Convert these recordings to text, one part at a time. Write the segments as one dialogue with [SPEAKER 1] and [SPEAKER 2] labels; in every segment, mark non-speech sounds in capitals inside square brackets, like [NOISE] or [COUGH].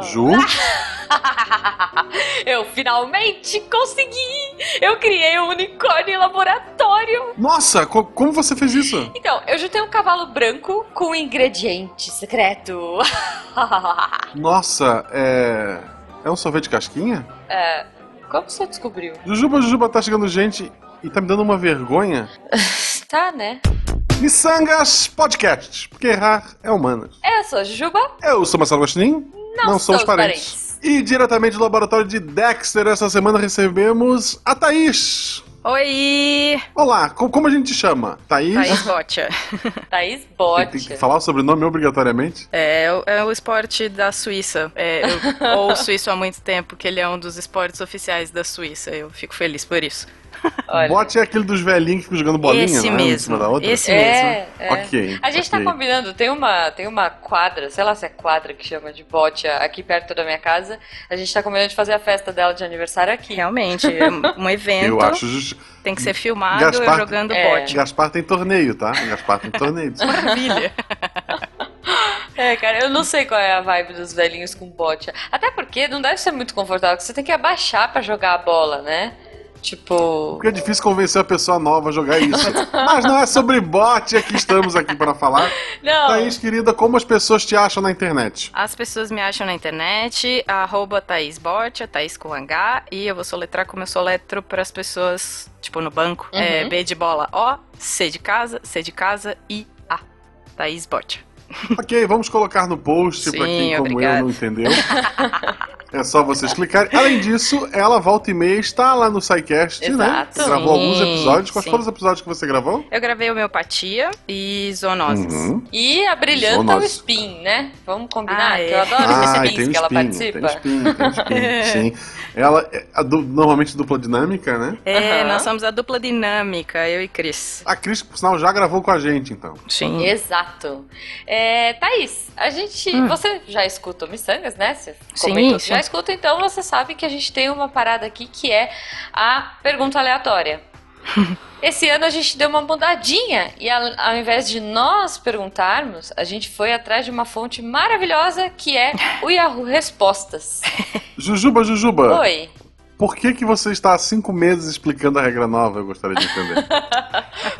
[SPEAKER 1] azul.
[SPEAKER 2] [LAUGHS] Eu finalmente consegui! Eu criei um unicórnio em laboratório!
[SPEAKER 1] Nossa, co- como você fez isso?
[SPEAKER 2] Então, eu juntei um cavalo branco com um ingrediente secreto. [LAUGHS]
[SPEAKER 1] Nossa, é. É um sorvete de casquinha?
[SPEAKER 2] É, como você descobriu?
[SPEAKER 1] Jujuba, Jujuba, tá chegando gente e tá me dando uma vergonha.
[SPEAKER 2] Tá, né?
[SPEAKER 1] Missangas Podcast, porque errar é humano.
[SPEAKER 2] Eu sou a Jujuba,
[SPEAKER 1] Eu sou Marcelo Agostinho.
[SPEAKER 2] não,
[SPEAKER 1] Não
[SPEAKER 2] sou
[SPEAKER 1] somos
[SPEAKER 2] os
[SPEAKER 1] parentes.
[SPEAKER 2] parentes.
[SPEAKER 1] E diretamente do laboratório de Dexter, essa semana recebemos a Thaís.
[SPEAKER 3] Oi!
[SPEAKER 1] Olá, co- como a gente te chama? Thaís?
[SPEAKER 3] Thaís Botia.
[SPEAKER 2] Thaís
[SPEAKER 1] Tem, tem que
[SPEAKER 2] Bote.
[SPEAKER 1] falar o sobrenome obrigatoriamente?
[SPEAKER 3] É, o- é o esporte da Suíça. É, eu
[SPEAKER 1] [LAUGHS]
[SPEAKER 3] ouço isso há muito tempo, que ele é um dos esportes oficiais da Suíça. Eu fico feliz por isso.
[SPEAKER 2] Olha.
[SPEAKER 1] Bote é aquele dos velhinhos que ficam jogando bolinha,
[SPEAKER 3] Esse
[SPEAKER 1] né? uma em
[SPEAKER 3] mesmo,
[SPEAKER 1] cima da outra.
[SPEAKER 3] esse
[SPEAKER 2] É, é.
[SPEAKER 1] né? Ok.
[SPEAKER 2] A gente
[SPEAKER 1] ok.
[SPEAKER 2] tá combinando, tem uma, tem uma quadra, sei lá se é quadra que chama de bote aqui perto da minha casa. A gente tá combinando de fazer a festa dela de aniversário aqui.
[SPEAKER 3] Realmente, é um um evento.
[SPEAKER 1] [LAUGHS] Eu acho justo.
[SPEAKER 3] Tem que ser filmado
[SPEAKER 1] Gaspar-
[SPEAKER 3] eu jogando
[SPEAKER 2] É.
[SPEAKER 3] bote.
[SPEAKER 1] Gaspar tem torneio, tá? Gaspar tem torneio.
[SPEAKER 3] Maravilha!
[SPEAKER 2] É, cara, eu não sei qual é a vibe dos velhinhos com bote. Até porque não deve ser muito confortável, porque você tem que abaixar pra jogar a bola, né? Tipo.
[SPEAKER 1] Porque é difícil convencer a pessoa nova a jogar isso. Mas não é sobre bote é que estamos aqui para falar.
[SPEAKER 2] Não.
[SPEAKER 1] Thaís, querida, como as pessoas te acham na internet?
[SPEAKER 3] As pessoas me acham na internet, arroba Thaís Botia, Thaís com H, e eu vou soletrar como eu soletro para as pessoas, tipo, no banco. É,
[SPEAKER 2] Uhum.
[SPEAKER 3] B de bola, O, C de casa, C de casa, I, A. Thaís Botia.
[SPEAKER 1] Ok, vamos colocar no post para
[SPEAKER 3] Sim,
[SPEAKER 1] quem, como eu,
[SPEAKER 3] obrigada.
[SPEAKER 1] não entendeu. É só vocês clicarem. Além disso, ela volta e meia está lá no SciCast, né?
[SPEAKER 2] Exato.
[SPEAKER 1] Você gravou
[SPEAKER 3] Sim,
[SPEAKER 1] alguns episódios. Quais
[SPEAKER 3] sim.
[SPEAKER 1] foram os episódios que você gravou?
[SPEAKER 3] Eu gravei homeopatia e zoonoses.
[SPEAKER 1] Uhum.
[SPEAKER 2] E a brilhanta
[SPEAKER 1] Zoonose.
[SPEAKER 2] o spin, né? Vamos combinar,
[SPEAKER 3] Ah, é.
[SPEAKER 2] que eu adoro os
[SPEAKER 1] Ah, e
[SPEAKER 2] spins
[SPEAKER 1] tem o
[SPEAKER 2] que ela
[SPEAKER 1] spin, tem
[SPEAKER 2] participa.
[SPEAKER 1] o spin, tem o spin, sim. Ela é a du- normalmente dupla dinâmica, né?
[SPEAKER 3] É,
[SPEAKER 2] Aham.
[SPEAKER 3] nós somos a dupla dinâmica, eu e Cris.
[SPEAKER 1] A Cris, por sinal, já gravou com a gente, então.
[SPEAKER 3] Sim.
[SPEAKER 2] Exato. É, Thaís, a gente.
[SPEAKER 3] Hum.
[SPEAKER 2] Você já escuta o Missangas, né? Você
[SPEAKER 3] Sim,
[SPEAKER 2] comentou que
[SPEAKER 3] sim.
[SPEAKER 2] já escuta, então você sabe que a gente tem uma parada aqui que é a pergunta
[SPEAKER 3] [LAUGHS]
[SPEAKER 2] aleatória. Esse ano a gente deu uma mudadinha e a- ao invés de nós perguntarmos, a gente foi atrás de uma fonte maravilhosa que é o Yahoo
[SPEAKER 3] [LAUGHS]
[SPEAKER 2] Respostas.
[SPEAKER 1] Jujuba,
[SPEAKER 3] Ah.
[SPEAKER 1] Jujuba,
[SPEAKER 2] Oi.
[SPEAKER 1] por que, que você está há cinco meses explicando a regra nova? Eu gostaria de
[SPEAKER 3] [LAUGHS]
[SPEAKER 1] entender.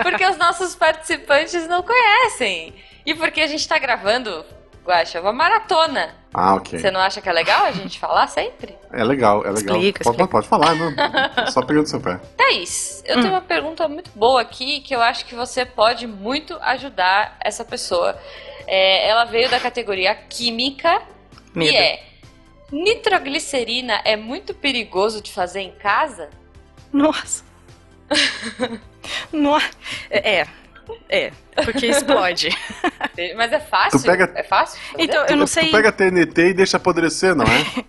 [SPEAKER 2] Porque os nossos participantes não conhecem. E porque a gente tá gravando, Guaxa, uma maratona.
[SPEAKER 1] Ah, ok.
[SPEAKER 2] Você não acha que é legal a gente falar sempre?
[SPEAKER 1] É legal, é legal.
[SPEAKER 3] Explica,
[SPEAKER 1] pode,
[SPEAKER 3] explica.
[SPEAKER 1] pode falar,
[SPEAKER 3] [LAUGHS]
[SPEAKER 1] não. Só pegando seu pé.
[SPEAKER 2] Thaís, eu
[SPEAKER 3] Hum.
[SPEAKER 2] tenho uma pergunta muito boa aqui que eu acho que você pode muito ajudar essa pessoa. É, ela veio da categoria Química
[SPEAKER 3] Medo.
[SPEAKER 2] e é: Nitroglicerina é muito perigoso de fazer em
[SPEAKER 1] [LAUGHS]
[SPEAKER 2] casa? [LAUGHS]
[SPEAKER 3] Nossa. Nossa. É. É.
[SPEAKER 2] [LAUGHS]
[SPEAKER 3] Porque explode.
[SPEAKER 2] Mas é fácil?
[SPEAKER 1] Tu pega-
[SPEAKER 2] É fácil? de fazer?
[SPEAKER 3] Então, eu não
[SPEAKER 1] Tu-
[SPEAKER 3] sei.
[SPEAKER 1] Tu pega TNT e deixa apodrecer, não
[SPEAKER 3] [LAUGHS]
[SPEAKER 1] é?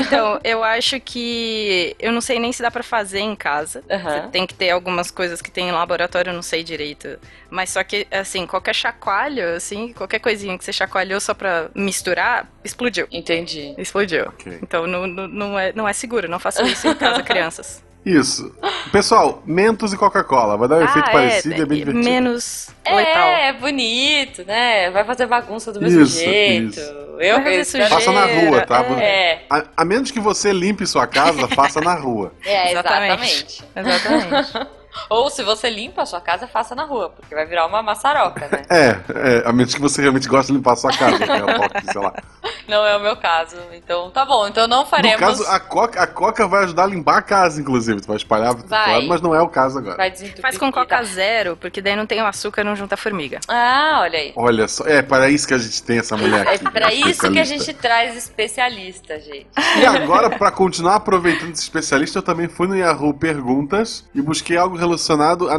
[SPEAKER 3] Então, eu acho que. Eu não sei nem se dá pra fazer em casa.
[SPEAKER 2] Aham.
[SPEAKER 3] Tem que ter algumas coisas que tem em laboratório, eu não sei direito. Mas só que, assim, qualquer chacoalho, assim, qualquer coisinha que você chacoalhou só pra misturar, explodiu.
[SPEAKER 2] Entendi.
[SPEAKER 3] Explodiu.
[SPEAKER 1] Ok.
[SPEAKER 3] Então não, não, não é, não é seguro, não façam isso em casa, crianças.
[SPEAKER 1] Isso. Pessoal, Mentos e Coca-Cola. Vai dar um
[SPEAKER 3] Ah,
[SPEAKER 1] efeito parecido e é bem divertido.
[SPEAKER 3] menos letal.
[SPEAKER 2] É, é bonito, né? Vai fazer bagunça do mesmo
[SPEAKER 1] Isso,
[SPEAKER 2] jeito.
[SPEAKER 1] isso.
[SPEAKER 2] Eu
[SPEAKER 3] Vai fazer
[SPEAKER 2] mesmo. já
[SPEAKER 1] Passa na
[SPEAKER 3] sujeira,
[SPEAKER 1] rua, tá?
[SPEAKER 3] é.
[SPEAKER 2] assim, É,
[SPEAKER 1] A, a menos que você limpe sua casa, faça na rua.
[SPEAKER 3] [LAUGHS]
[SPEAKER 2] é,
[SPEAKER 3] Exatamente.
[SPEAKER 2] exatamente.
[SPEAKER 3] Exatamente.
[SPEAKER 2] Ou se você limpa a sua casa, faça na rua, porque vai virar uma maçaroca, né?
[SPEAKER 1] É, é, a menos que você realmente goste de limpar sua casa. que é a Coca, sei lá.
[SPEAKER 2] [LAUGHS] Não é o meu caso. Então tá bom, então não
[SPEAKER 1] No
[SPEAKER 2] faremos.
[SPEAKER 1] caso, a Coca, a Coca vai ajudar a limpar a casa, inclusive. Tu vai espalhar, pro
[SPEAKER 2] Vai.
[SPEAKER 1] lado, mas não é o caso agora.
[SPEAKER 2] Vai desentupir.
[SPEAKER 3] Faz com coca zero, porque daí não tem o açúcar, não junta formiga.
[SPEAKER 2] Ah, olha aí.
[SPEAKER 1] Olha só, é para isso que a gente tem essa mulher
[SPEAKER 2] É
[SPEAKER 1] aqui.
[SPEAKER 2] pra isso que a
[SPEAKER 1] especialista.
[SPEAKER 2] gente traz especialista, gente.
[SPEAKER 1] E agora, pra continuar aproveitando esse especialista, eu também fui no Yahoo Perguntas e busquei algo relacionado a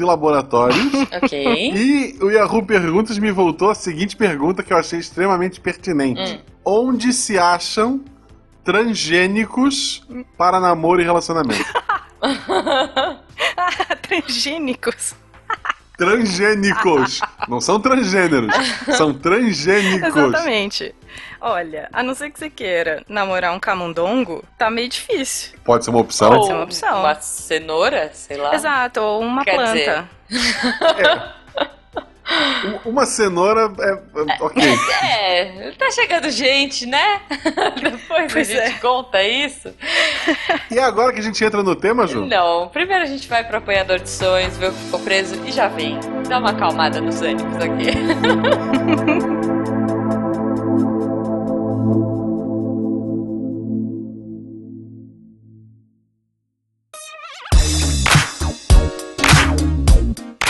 [SPEAKER 2] [LAUGHS]
[SPEAKER 1] e laboratórios.
[SPEAKER 2] [LAUGHS] Ok.
[SPEAKER 1] e o Yahoo Perguntas me voltou a seguinte pergunta que eu achei extremamente pertinente:
[SPEAKER 2] Hum.
[SPEAKER 1] Onde se acham transgênicos
[SPEAKER 2] Hum.
[SPEAKER 1] para namoro e relacionamento?
[SPEAKER 3] Ah, transgênicos.
[SPEAKER 1] Transgênicos! Não são transgêneros, são transgênicos.
[SPEAKER 3] Exatamente. Olha, a não ser que você queira namorar um camundongo, tá meio difícil.
[SPEAKER 1] Pode ser uma opção.
[SPEAKER 3] ser uma opção.
[SPEAKER 2] Uma cenoura, sei lá.
[SPEAKER 3] Exato, ou uma
[SPEAKER 2] Quer
[SPEAKER 3] planta.
[SPEAKER 2] dizer,
[SPEAKER 1] É. U- Uma cenoura é- é. Ok.
[SPEAKER 2] É, tá chegando gente, né? [LAUGHS] Depois
[SPEAKER 3] Pois é.
[SPEAKER 2] a gente conta isso.
[SPEAKER 1] E é agora que a gente entra no tema, Ju?
[SPEAKER 2] Não, primeiro a gente vai pro apanhador de sonhos, ver o que ficou preso e já vem. Dá uma acalmada nos ânimos aqui. [LAUGHS]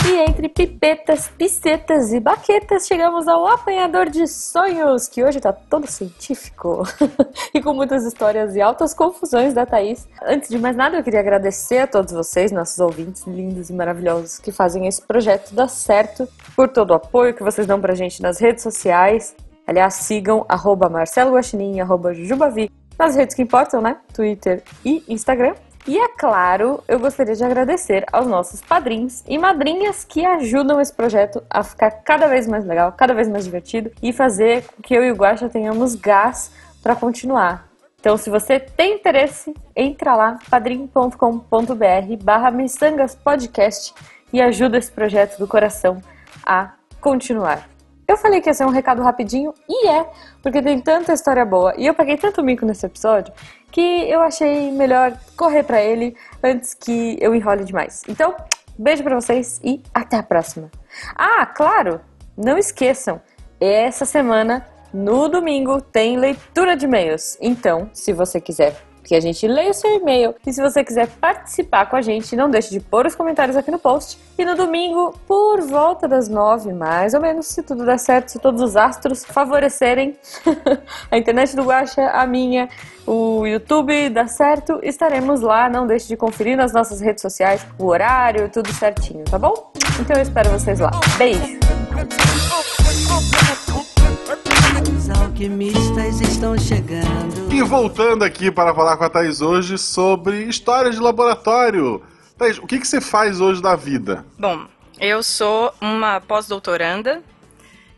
[SPEAKER 2] E entre pipetas, picetas e baquetas, chegamos ao apanhador de sonhos, que hoje tá todo científico [LAUGHS] e com muitas histórias e altas confusões da Thaís. Antes de mais nada, eu queria agradecer a todos vocês, nossos ouvintes lindos e maravilhosos que fazem esse projeto dar certo, por todo o apoio que vocês dão pra gente nas redes sociais. Aliás, sigam arroba Marcelo Guaxinim, arroba Jujubavi, nas redes que importam, né? Twitter e Instagram. E é claro, eu gostaria de agradecer aos nossos padrinhos e madrinhas que ajudam esse projeto a ficar cada vez mais legal, cada vez mais divertido e fazer com que eu e o Guaxa tenhamos gás para continuar. Então, se você tem interesse, entra lá padrim.com.br barra miçangas podcast e ajuda esse projeto do coração a continuar. Eu falei que ia ser um recado rapidinho e é, porque tem tanta história boa e eu paguei tanto mico nesse episódio que eu achei melhor correr pra ele antes que eu enrole demais. Então, beijo pra vocês e até a próxima. Ah, claro, não esqueçam, essa semana no domingo tem leitura de e-mails. Então, se você quiser que a gente leia o seu e-mail e se você quiser participar com a gente, não deixe de pôr os comentários aqui no post. E no domingo, por volta das nove, mais ou menos, se tudo der certo, se todos os astros favorecerem, [LAUGHS] a internet do Guaxa, a minha, o YouTube dá certo, estaremos lá. Não deixe de conferir nas nossas redes sociais o horário, tudo certinho, tá bom? Então eu espero vocês lá. Beijo!
[SPEAKER 4] Os alquimistas estão chegando.
[SPEAKER 1] E voltando aqui para falar com a Thaís hoje sobre histórias de laboratório. Thaís, o que, que você faz hoje da vida?
[SPEAKER 3] Bom, eu sou uma pós-doutoranda,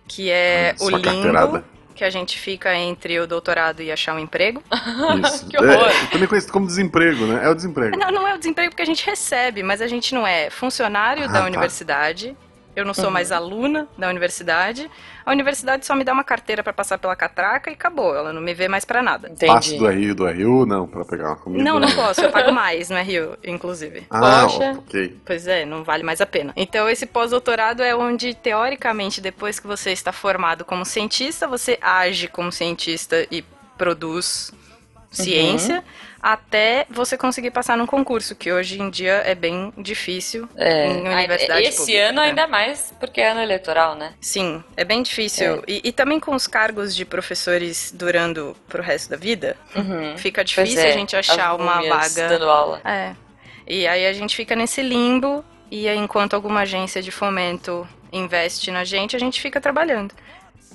[SPEAKER 3] que
[SPEAKER 1] Olha,
[SPEAKER 3] é o
[SPEAKER 1] sua
[SPEAKER 3] limbo,
[SPEAKER 1] carteirada.
[SPEAKER 3] que a gente fica entre o doutorado e achar um emprego.
[SPEAKER 1] Isso.
[SPEAKER 2] [LAUGHS] Que horror.
[SPEAKER 1] É, também conhecido como desemprego, né? É o desemprego.
[SPEAKER 3] [LAUGHS] Não, não é o desemprego porque a gente recebe, mas a gente não é funcionário
[SPEAKER 1] Ah,
[SPEAKER 3] da
[SPEAKER 1] tá.
[SPEAKER 3] universidade. Eu não sou
[SPEAKER 2] Uhum.
[SPEAKER 3] mais aluna da universidade. A universidade só me dá uma carteira pra passar pela catraca e acabou. Ela não me vê mais pra nada.
[SPEAKER 1] Passe do RU, do RU, não, para pegar uma comida.
[SPEAKER 3] Não, não posso. Eu pago mais no Rio, inclusive.
[SPEAKER 1] Ah,
[SPEAKER 2] Poxa.
[SPEAKER 1] ok.
[SPEAKER 3] Pois é, não vale mais a pena. Então, esse pós-doutorado é onde, teoricamente, depois que você está formado como cientista, você age como cientista e produz ciência
[SPEAKER 2] Uhum.
[SPEAKER 3] até você conseguir passar num concurso, que hoje em dia é bem difícil
[SPEAKER 2] É,
[SPEAKER 3] em universidade
[SPEAKER 2] esse
[SPEAKER 3] pública,
[SPEAKER 2] ano
[SPEAKER 3] né?
[SPEAKER 2] ainda mais, porque é ano eleitoral, né?
[SPEAKER 3] Sim, é bem difícil. E, e também com os cargos de professores durando pro resto da vida, fica
[SPEAKER 2] Pois
[SPEAKER 3] difícil
[SPEAKER 2] é,
[SPEAKER 3] a gente achar
[SPEAKER 2] as
[SPEAKER 3] uma
[SPEAKER 2] múmias
[SPEAKER 3] vaga.
[SPEAKER 2] dando aula.
[SPEAKER 3] É. E aí a gente fica nesse limbo e aí enquanto alguma agência de fomento investe na gente, a gente fica trabalhando.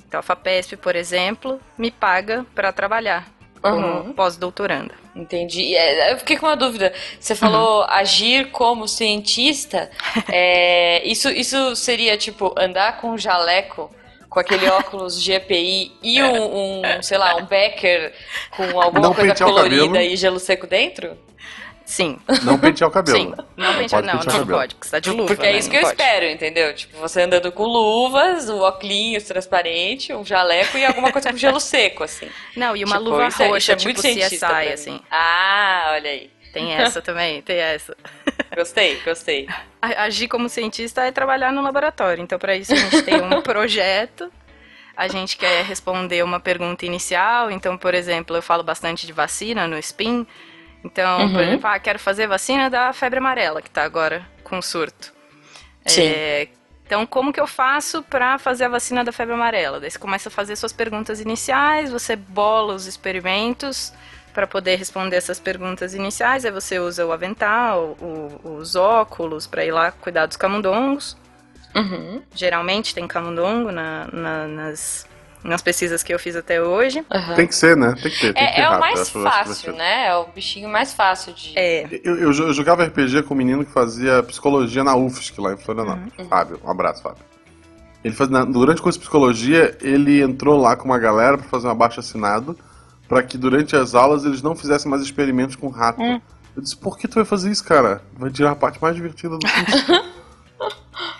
[SPEAKER 3] Então a FAPESP, por exemplo, me paga para trabalhar
[SPEAKER 2] Uhum.
[SPEAKER 3] como pós-doutoranda.
[SPEAKER 2] Entendi. E, é, Eu fiquei com uma dúvida.
[SPEAKER 3] Uhum.
[SPEAKER 2] Você falou agir como cientista.
[SPEAKER 3] [LAUGHS]
[SPEAKER 2] É, isso, isso seria tipo andar com um jaleco, com
[SPEAKER 3] [LAUGHS]
[SPEAKER 2] aquele óculos GPI
[SPEAKER 3] É.
[SPEAKER 2] e um, um, sei lá, um becker com alguma
[SPEAKER 1] Não
[SPEAKER 2] coisa
[SPEAKER 1] pentear o cabelo.
[SPEAKER 2] colorida e gelo seco dentro?
[SPEAKER 3] Sim,
[SPEAKER 1] Não pentear o cabelo.
[SPEAKER 3] sim. Não, pente-
[SPEAKER 1] pode pentear
[SPEAKER 3] não,
[SPEAKER 1] o
[SPEAKER 3] não
[SPEAKER 1] cabelo.
[SPEAKER 3] pode, porque você tá de luva.
[SPEAKER 2] Porque é
[SPEAKER 3] né?
[SPEAKER 2] isso que
[SPEAKER 3] Não
[SPEAKER 2] eu
[SPEAKER 3] pode.
[SPEAKER 2] espero, entendeu? Tipo, você andando com luvas, um óculos transparente, um jaleco e alguma coisa com
[SPEAKER 3] [LAUGHS]
[SPEAKER 2] gelo seco, assim.
[SPEAKER 3] Não, e uma
[SPEAKER 2] Tipo,
[SPEAKER 3] luva
[SPEAKER 2] isso é- isso
[SPEAKER 3] roxa,
[SPEAKER 2] é
[SPEAKER 3] tipo
[SPEAKER 2] muito
[SPEAKER 3] CSI,
[SPEAKER 2] cientista pra mim.
[SPEAKER 3] assim.
[SPEAKER 2] Ah, olha aí.
[SPEAKER 3] Tem essa também, tem essa.
[SPEAKER 2] Gostei, gostei.
[SPEAKER 3] A- Agir como cientista é trabalhar no laboratório. Então, para isso, a gente tem um projeto. A gente quer responder uma pergunta inicial. Então, por exemplo, eu falo bastante de vacina no SPIN. Então, por
[SPEAKER 2] Uhum.
[SPEAKER 3] exemplo, ah, quero fazer vacina da febre amarela, que está agora com surto.
[SPEAKER 2] Sim.
[SPEAKER 3] É, então, como que eu faço para fazer a vacina da febre amarela? Daí você começa a fazer suas perguntas iniciais, você bola os experimentos para poder responder essas perguntas iniciais. Aí você usa o avental, o- os óculos para ir lá cuidar dos camundongos.
[SPEAKER 2] Uhum.
[SPEAKER 3] Geralmente tem camundongo na- na- nas, nas pesquisas que eu fiz até hoje.
[SPEAKER 2] aham.
[SPEAKER 1] Tem que ser, né? Tem que ter. tem que ter
[SPEAKER 2] É, é o
[SPEAKER 1] rápido,
[SPEAKER 2] mais
[SPEAKER 1] acho- acho que vai
[SPEAKER 2] fácil,
[SPEAKER 1] ser.
[SPEAKER 2] né? É o bichinho mais fácil de.
[SPEAKER 3] É,
[SPEAKER 1] Eu, eu, eu jogava RPG com um menino que fazia psicologia na UFSC lá em
[SPEAKER 3] Uhum,
[SPEAKER 1] Florianópolis. Fábio, um abraço, Fábio. Ele faz, na- durante o curso de psicologia, ele entrou lá com uma galera pra fazer um abaixo assinado pra que durante as aulas eles não fizessem mais experimentos com rato.
[SPEAKER 3] Hum. [LAUGHS]
[SPEAKER 1] Eu disse, por que tu vai fazer isso, cara? Vai tirar a parte mais divertida do curso.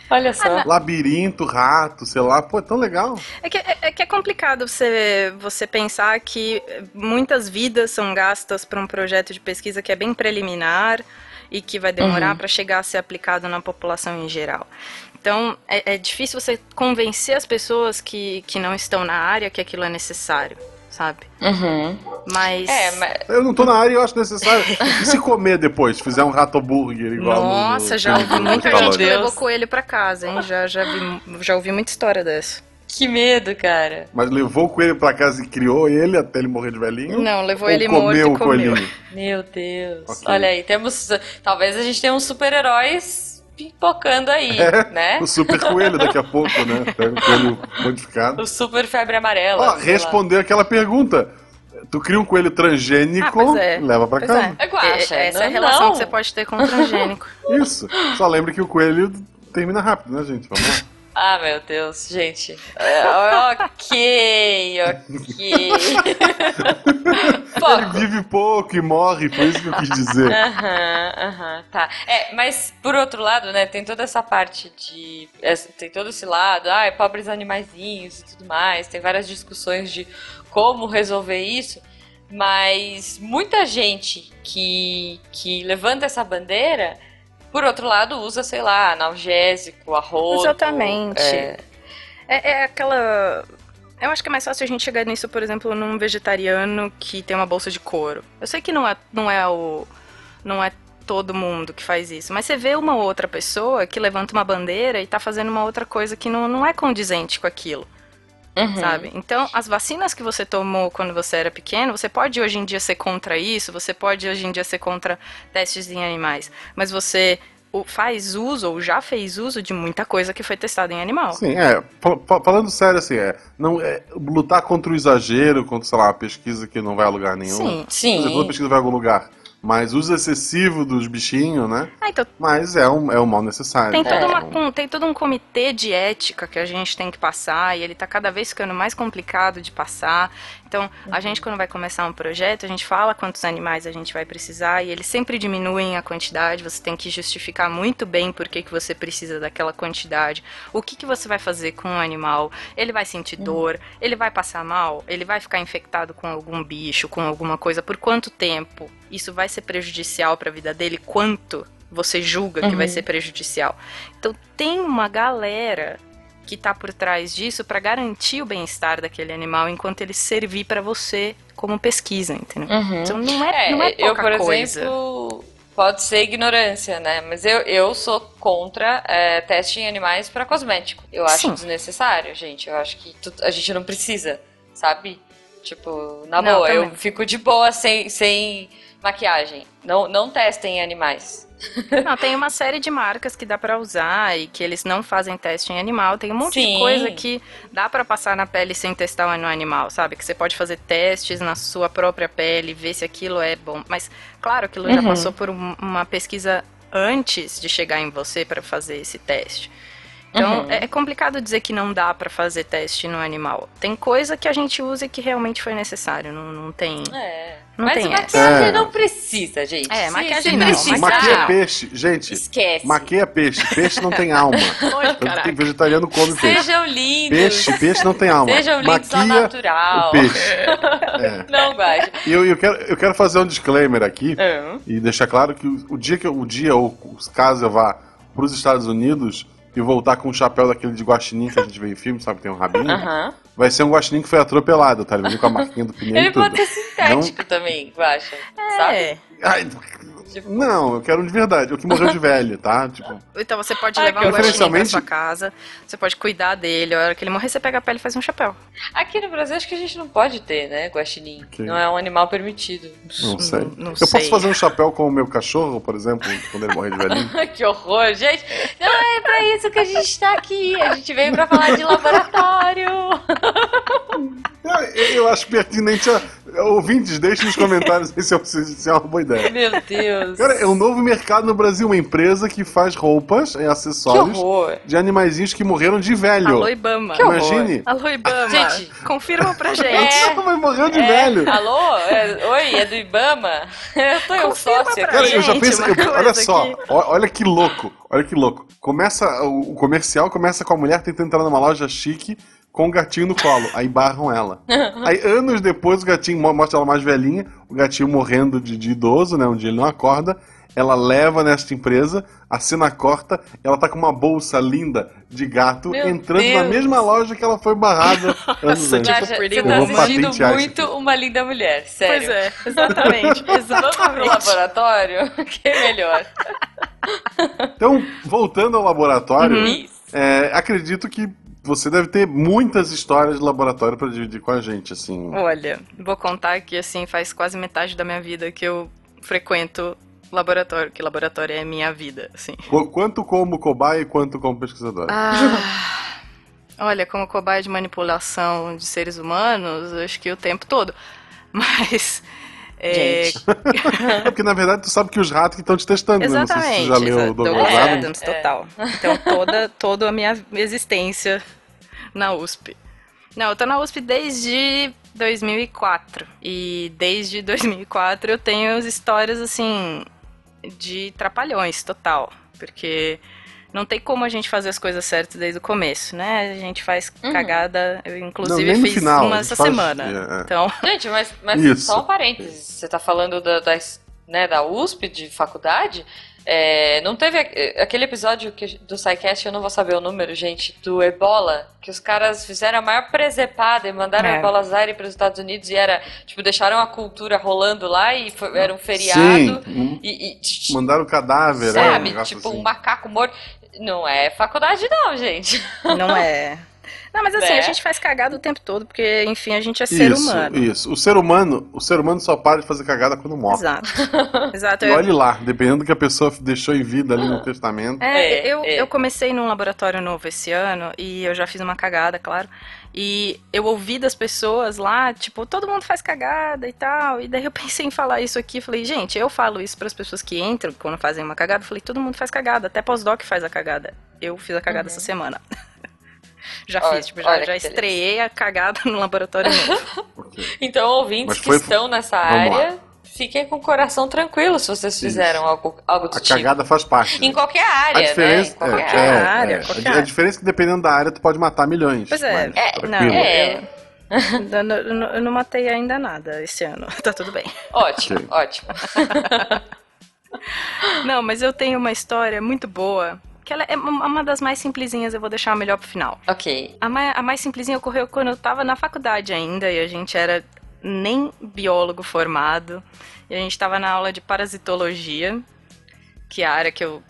[SPEAKER 2] Olha só.
[SPEAKER 3] Ah,
[SPEAKER 1] Labirinto, rato, sei lá. Pô, é tão legal.
[SPEAKER 3] É que é, é que é complicado você, você pensar que muitas vidas são gastas para um projeto de pesquisa que é bem preliminar e que vai
[SPEAKER 1] Uhum.
[SPEAKER 3] demorar para chegar a ser aplicado na população em geral. Então, é, é difícil você convencer as pessoas que, que não estão na área que aquilo é necessário, sabe?
[SPEAKER 2] Uhum.
[SPEAKER 3] Mas.
[SPEAKER 2] É, mas
[SPEAKER 1] Eu não tô na área e eu acho necessário. E se comer depois? Se Fizer um rato burger igual no- no
[SPEAKER 3] Nossa, já
[SPEAKER 1] filme
[SPEAKER 3] ouvi
[SPEAKER 1] do
[SPEAKER 3] muita
[SPEAKER 1] Stallone.
[SPEAKER 3] gente que
[SPEAKER 2] Deus.
[SPEAKER 3] levou coelho para casa, hein? Já, já, vi- já ouvi muita história dessa.
[SPEAKER 2] que medo, cara.
[SPEAKER 1] Mas levou o coelho pra casa e criou ele até ele morrer de velhinho?
[SPEAKER 3] Não, levou
[SPEAKER 1] Hum? Ou
[SPEAKER 3] ele
[SPEAKER 1] comeu
[SPEAKER 3] morto
[SPEAKER 1] o
[SPEAKER 3] e comeu.
[SPEAKER 1] coelhinho?
[SPEAKER 2] Meu Deus.
[SPEAKER 1] Ok.
[SPEAKER 2] Olha aí, temos. Talvez a gente tenha uns super-heróis pipocando
[SPEAKER 1] [LAUGHS]
[SPEAKER 2] aí,
[SPEAKER 3] É?
[SPEAKER 2] né?
[SPEAKER 1] O super coelho daqui a pouco,
[SPEAKER 3] [LAUGHS]
[SPEAKER 1] né? Pega o coelho modificado.
[SPEAKER 2] O super febre amarela.
[SPEAKER 1] Ó,
[SPEAKER 2] sei lá.
[SPEAKER 1] respondeu aquela pergunta. Tu cria um coelho
[SPEAKER 3] Ah,
[SPEAKER 1] transgênico,
[SPEAKER 3] pois é.
[SPEAKER 1] leva pra
[SPEAKER 3] Pois
[SPEAKER 1] casa.
[SPEAKER 2] É guacha,
[SPEAKER 3] É- Essa é a
[SPEAKER 2] não,
[SPEAKER 3] relação
[SPEAKER 2] não.
[SPEAKER 3] que você pode ter com o transgênico.
[SPEAKER 1] Isso. Só lembra que o coelho termina rápido, né, gente? Vamos lá.
[SPEAKER 2] Ah, meu Deus, gente. É, ok, ok.
[SPEAKER 1] Ele
[SPEAKER 2] Foco.
[SPEAKER 1] vive pouco e morre, foi isso que eu quis
[SPEAKER 3] [LAUGHS]
[SPEAKER 1] dizer.
[SPEAKER 2] Aham, aham, tá. É, mas por outro lado, né, tem toda essa parte de. essa- Tem todo esse lado, ai, pobres animaizinhos e tudo mais, tem várias discussões de como resolver isso, mas muita gente que, que levanta essa bandeira, por outro lado, usa, sei lá, analgésico, arroz.
[SPEAKER 3] Exatamente.
[SPEAKER 2] é
[SPEAKER 3] É, é aquela. Eu acho que é mais fácil a gente chegar nisso, por exemplo, num vegetariano que tem uma bolsa de couro. Eu sei que não é, não é o. não é todo mundo que faz isso, mas você vê uma outra pessoa que levanta uma bandeira e tá fazendo uma outra coisa que não, não é condizente com aquilo,
[SPEAKER 2] uhum. É.
[SPEAKER 3] sabe? Então, as vacinas que você tomou quando você era pequeno, você pode hoje em dia ser contra isso, você pode hoje em dia ser contra testes em animais, mas você o- faz uso ou já fez uso de muita coisa que foi testada em animal.
[SPEAKER 1] Sim, é. fa- fa- Falando sério, assim, é, não, é. Lutar contra o exagero, contra, sei lá, a pesquisa que não vai a lugar nenhum.
[SPEAKER 3] Sim.
[SPEAKER 1] Quer dizer, toda
[SPEAKER 2] Sim.
[SPEAKER 1] pesquisa vai a algum lugar. Mas uso excessivo dos bichinhos, né?
[SPEAKER 3] Ah, então
[SPEAKER 1] Mas é um, é um mal necessário.
[SPEAKER 3] tem, toda
[SPEAKER 1] É.
[SPEAKER 3] uma, com- tem todo um comitê de ética que a gente tem que passar e ele tá cada vez ficando mais complicado de passar. Então, a gente, quando vai começar um projeto, a gente fala quantos animais a gente vai precisar e eles sempre diminuem a quantidade. Você tem que justificar muito bem por que, que você precisa daquela quantidade. O que, que você vai fazer com o animal? Ele vai sentir
[SPEAKER 2] Hum.
[SPEAKER 3] dor? Ele vai passar mal? Ele vai ficar infectado com algum bicho, com alguma coisa? Por quanto tempo? Isso vai ser prejudicial para a vida dele? Quanto você julga que vai
[SPEAKER 2] Uhum.
[SPEAKER 3] ser prejudicial? Então tem uma galera que tá por trás disso para garantir o bem-estar daquele animal enquanto ele servir para você como pesquisa, entendeu?
[SPEAKER 2] Uhum.
[SPEAKER 3] Então não é, não é pouca
[SPEAKER 2] eu, por
[SPEAKER 3] coisa.
[SPEAKER 2] exemplo, pode ser ignorância, né? Mas eu, eu sou contra é, teste em animais para cosmético. Eu acho
[SPEAKER 3] Sim.
[SPEAKER 2] desnecessário, gente. Eu acho que tu- a gente não precisa, sabe? Tipo, na
[SPEAKER 3] Não,
[SPEAKER 2] boa, eu
[SPEAKER 3] também.
[SPEAKER 2] fico de boa sem, sem maquiagem. Não, não testem em animais.
[SPEAKER 3] Não, tem uma série de marcas que dá pra usar e que eles não fazem teste em animal. Tem um monte
[SPEAKER 2] Sim.
[SPEAKER 3] de coisa que dá pra passar na pele sem testar no animal, sabe? Que você pode fazer testes na sua própria pele, ver se aquilo é bom. Mas, claro, aquilo já
[SPEAKER 2] Uhum.
[SPEAKER 3] passou por um- uma pesquisa antes de chegar em você pra fazer esse teste. Então,
[SPEAKER 2] Uhum.
[SPEAKER 3] é é complicado dizer que não dá pra fazer teste no animal. Tem coisa que a gente usa e que realmente foi necessário, não, não tem.
[SPEAKER 2] É.
[SPEAKER 3] Não
[SPEAKER 2] Mas
[SPEAKER 3] tem
[SPEAKER 2] maquiagem
[SPEAKER 1] essa.
[SPEAKER 2] não precisa, gente.
[SPEAKER 3] É,
[SPEAKER 2] Se-
[SPEAKER 3] maquiagem é
[SPEAKER 2] se
[SPEAKER 3] não,
[SPEAKER 1] Isso,
[SPEAKER 2] precisar,
[SPEAKER 1] maquia peixe. Gente,
[SPEAKER 2] Esquece.
[SPEAKER 1] maqueia peixe. Peixe não tem alma.
[SPEAKER 3] Oi,
[SPEAKER 1] Tanto que vegetariano come é peixe.
[SPEAKER 2] Sejam lindos.
[SPEAKER 1] Peixe, peixe não tem alma.
[SPEAKER 2] Sejam lindos ao
[SPEAKER 1] Maquia
[SPEAKER 2] natural.
[SPEAKER 1] o peixe. É.
[SPEAKER 2] Não vai.
[SPEAKER 1] E eu, eu, quero, eu quero fazer um disclaimer aqui
[SPEAKER 2] Ah.
[SPEAKER 1] e deixar claro que o, o dia que eu- o dia ou caso eu vá para os Estados Unidos e voltar com um chapéu daquele de guaxinim que a gente vê em filme, sabe, tem um rabinho,
[SPEAKER 2] Aham.
[SPEAKER 1] vai ser um guaxinim que foi atropelado, tá? Ele veio com a marquinha do pneu
[SPEAKER 2] [LAUGHS] Ele
[SPEAKER 1] e tudo.
[SPEAKER 2] pode ser sintético também, eu acho. Sabe?
[SPEAKER 3] É.
[SPEAKER 1] Ai,
[SPEAKER 2] Tipo-
[SPEAKER 1] não, eu quero um de verdade. O que morreu de velho, tá? Tipo,
[SPEAKER 3] Então você pode
[SPEAKER 2] Ai,
[SPEAKER 3] levar
[SPEAKER 2] que
[SPEAKER 3] um guaxinim pra
[SPEAKER 1] preferencialmente-
[SPEAKER 3] sua casa, você pode cuidar dele, a hora que ele morrer você pega a pele e faz um chapéu.
[SPEAKER 2] Aqui no Brasil acho que a gente não pode ter, né, guaxinim.
[SPEAKER 1] Ok.
[SPEAKER 2] Não é um animal permitido.
[SPEAKER 1] não sei.
[SPEAKER 3] Não- não
[SPEAKER 1] eu
[SPEAKER 3] sei.
[SPEAKER 1] posso fazer um chapéu com o meu cachorro, por exemplo, quando ele morrer de velhinho?
[SPEAKER 2] [LAUGHS] [LAUGHS] que horror, gente. Não é pra isso que a gente tá aqui. A gente veio pra falar de laboratório.
[SPEAKER 1] Ah, Eu, eu acho pertinente a- Ouvintes, deixem nos comentários aí se é, se é uma boa ideia.
[SPEAKER 2] Meu Deus.
[SPEAKER 1] Cara, é um novo mercado no Brasil, uma empresa que faz roupas e
[SPEAKER 2] que
[SPEAKER 1] acessórios
[SPEAKER 2] horror.
[SPEAKER 1] de animaizinhos que morreram de velho.
[SPEAKER 3] Alô, Ibama.
[SPEAKER 2] Que horror.
[SPEAKER 1] Imagine.
[SPEAKER 3] Alô, Ibama.
[SPEAKER 2] Gente.
[SPEAKER 3] confirma pra gente.
[SPEAKER 2] É.
[SPEAKER 1] Mas morreu de
[SPEAKER 2] É,
[SPEAKER 1] velho.
[SPEAKER 2] Alô? É, oi, é do Ibama? [LAUGHS] Eu tô eu
[SPEAKER 3] Confirma
[SPEAKER 2] sócio
[SPEAKER 3] pra
[SPEAKER 1] Cara,
[SPEAKER 2] aqui.
[SPEAKER 1] eu já
[SPEAKER 3] Gente,
[SPEAKER 1] penso.
[SPEAKER 3] uma
[SPEAKER 1] eu-
[SPEAKER 3] coisa
[SPEAKER 1] olha só,
[SPEAKER 3] que-
[SPEAKER 1] ó- olha que louco, olha que louco. Começa o, o comercial começa com a mulher tentando entrar numa loja chique com um gatinho no colo, aí barram
[SPEAKER 3] [LAUGHS]
[SPEAKER 1] ela. Aí anos depois o gatinho mo- mostra ela mais velhinha, o gatinho morrendo de, de idoso, né? Um dia ele não acorda. Ela leva nesta empresa, assina a corta, ela tá com uma bolsa linda de gato
[SPEAKER 2] Meu
[SPEAKER 1] entrando na
[SPEAKER 2] Deus.
[SPEAKER 1] mesma loja que ela foi barrada anos
[SPEAKER 3] [LAUGHS] Nossa,
[SPEAKER 1] antes.
[SPEAKER 2] Naja,
[SPEAKER 3] tipo,
[SPEAKER 2] você
[SPEAKER 3] pretty
[SPEAKER 2] tá
[SPEAKER 1] woman. Vou
[SPEAKER 2] assistindo
[SPEAKER 1] patentear
[SPEAKER 2] muito uma linda mulher,
[SPEAKER 3] Pois
[SPEAKER 2] sério.
[SPEAKER 3] é,
[SPEAKER 2] [LAUGHS] Vamos
[SPEAKER 3] exatamente.
[SPEAKER 2] pro
[SPEAKER 3] Exatamente.
[SPEAKER 2] laboratório? [LAUGHS] Que é melhor.
[SPEAKER 1] Então, voltando ao laboratório,
[SPEAKER 3] Uhum.
[SPEAKER 2] Isso.
[SPEAKER 1] É, acredito que você deve ter muitas histórias de laboratório pra dividir com a gente, assim.
[SPEAKER 3] Olha, vou contar que assim, faz quase metade da minha vida que eu frequento laboratório, que laboratório é minha vida, assim.
[SPEAKER 1] Qu- Quanto como cobaia e quanto como
[SPEAKER 3] É.
[SPEAKER 1] pesquisadora.
[SPEAKER 2] Ah.
[SPEAKER 3] [LAUGHS] olha, como cobaia de manipulação de seres humanos, acho que o tempo todo. [LAUGHS] Mas. é,
[SPEAKER 2] Gente.
[SPEAKER 1] É porque, na verdade, tu sabe que os ratos que estão te testando, né? Não sei se
[SPEAKER 3] Exatamente.
[SPEAKER 1] tu já leu
[SPEAKER 3] exa-
[SPEAKER 1] o Douglas
[SPEAKER 2] Douglas
[SPEAKER 1] Adams.
[SPEAKER 3] Adams,
[SPEAKER 2] É.
[SPEAKER 3] total. Então, toda, toda a minha existência na USP. Não, eu tô na USP desde 2004. E desde 2004 eu tenho as histórias, assim, de trapalhões, total. Porque não tem como a gente fazer as coisas certas desde o começo, né? A gente faz
[SPEAKER 2] Uhum.
[SPEAKER 3] cagada. Eu, inclusive,
[SPEAKER 1] nem no
[SPEAKER 3] fiz
[SPEAKER 1] final,
[SPEAKER 3] uma
[SPEAKER 1] a
[SPEAKER 3] essa
[SPEAKER 1] gente faz-
[SPEAKER 3] semana.
[SPEAKER 1] é.
[SPEAKER 3] Então,
[SPEAKER 2] Gente, mas, mas
[SPEAKER 1] Isso.
[SPEAKER 2] só um parênteses. Você tá falando da, das- né, da USP, de faculdade? É, não teve a- aquele episódio que- do SciCast, eu não vou saber o número, gente, do Ebola, que os caras fizeram a maior presepada e mandaram
[SPEAKER 3] É.
[SPEAKER 2] a Ebola Zaire para os Estados Unidos e era, tipo, deixaram a cultura rolando lá e foi- era um feriado.
[SPEAKER 1] Sim,
[SPEAKER 2] E, e-
[SPEAKER 1] m- mandaram o cadáver, né?
[SPEAKER 2] sabe?
[SPEAKER 1] negócio
[SPEAKER 2] tipo,
[SPEAKER 1] assim.
[SPEAKER 2] um macaco morto. Não é faculdade, não, gente.
[SPEAKER 3] não é. Não, mas assim,
[SPEAKER 2] É.
[SPEAKER 3] a gente faz cagada o tempo todo, porque, enfim, a gente é ser
[SPEAKER 1] isso,
[SPEAKER 3] humano.
[SPEAKER 1] Isso, o ser humano, o ser humano só para de fazer cagada quando morre. [LAUGHS]
[SPEAKER 3] Exato. Exato.
[SPEAKER 1] E
[SPEAKER 3] Eu-
[SPEAKER 1] olhe lá, dependendo do que a pessoa deixou em vida ali no testamento.
[SPEAKER 2] É,
[SPEAKER 3] é, eu,
[SPEAKER 2] é.
[SPEAKER 3] eu comecei num laboratório novo esse ano e eu já fiz uma cagada, claro. E eu ouvi das pessoas lá, tipo, todo mundo faz cagada e tal. E daí eu [LAUGHS] pensei em falar isso aqui. Falei, gente, eu falo isso para as pessoas que entram quando fazem uma cagada. eu Falei, todo mundo faz cagada, até pós-doc faz a cagada. Eu fiz a cagada
[SPEAKER 2] Uhum.
[SPEAKER 3] essa semana. [LAUGHS] já
[SPEAKER 2] Olha-
[SPEAKER 3] fiz, tipo, já,
[SPEAKER 2] olha
[SPEAKER 3] já
[SPEAKER 2] que
[SPEAKER 3] estreiei a cagada [LAUGHS] no laboratório novo.
[SPEAKER 1] Porque-
[SPEAKER 2] Então, ouvintes
[SPEAKER 1] Mas
[SPEAKER 2] que
[SPEAKER 1] foi-
[SPEAKER 2] estão nessa
[SPEAKER 1] vamos lá.
[SPEAKER 2] área, fiquem com o coração tranquilo se vocês fizeram algo, algo do
[SPEAKER 1] A
[SPEAKER 2] tipo.
[SPEAKER 1] cagada faz parte.
[SPEAKER 2] Em
[SPEAKER 1] né?
[SPEAKER 2] qualquer
[SPEAKER 1] A
[SPEAKER 2] área, né?
[SPEAKER 1] diferença
[SPEAKER 2] Em qualquer
[SPEAKER 1] é,
[SPEAKER 2] área.
[SPEAKER 1] é,
[SPEAKER 3] área,
[SPEAKER 1] é.
[SPEAKER 3] qualquer
[SPEAKER 1] A di- A
[SPEAKER 3] área.
[SPEAKER 1] diferença é que dependendo da área tu pode matar milhões.
[SPEAKER 3] Pois é.
[SPEAKER 1] mas
[SPEAKER 2] É,
[SPEAKER 3] não,
[SPEAKER 1] tranquilo.
[SPEAKER 2] É.
[SPEAKER 3] Eu não- eu não- eu não matei ainda nada esse ano. [LAUGHS] Tá tudo bem.
[SPEAKER 2] Ótimo,
[SPEAKER 1] Sim.
[SPEAKER 2] ótimo.
[SPEAKER 3] Não, mas eu tenho uma história muito boa. Que ela é uma uma das mais simplesinhas, eu vou deixar a melhor pro final.
[SPEAKER 2] Ok.
[SPEAKER 3] A mai- a mais, simplesinha ocorreu quando eu tava na faculdade ainda e a gente era nem biólogo formado. E a gente tava na aula de parasitologia, que é a área que eu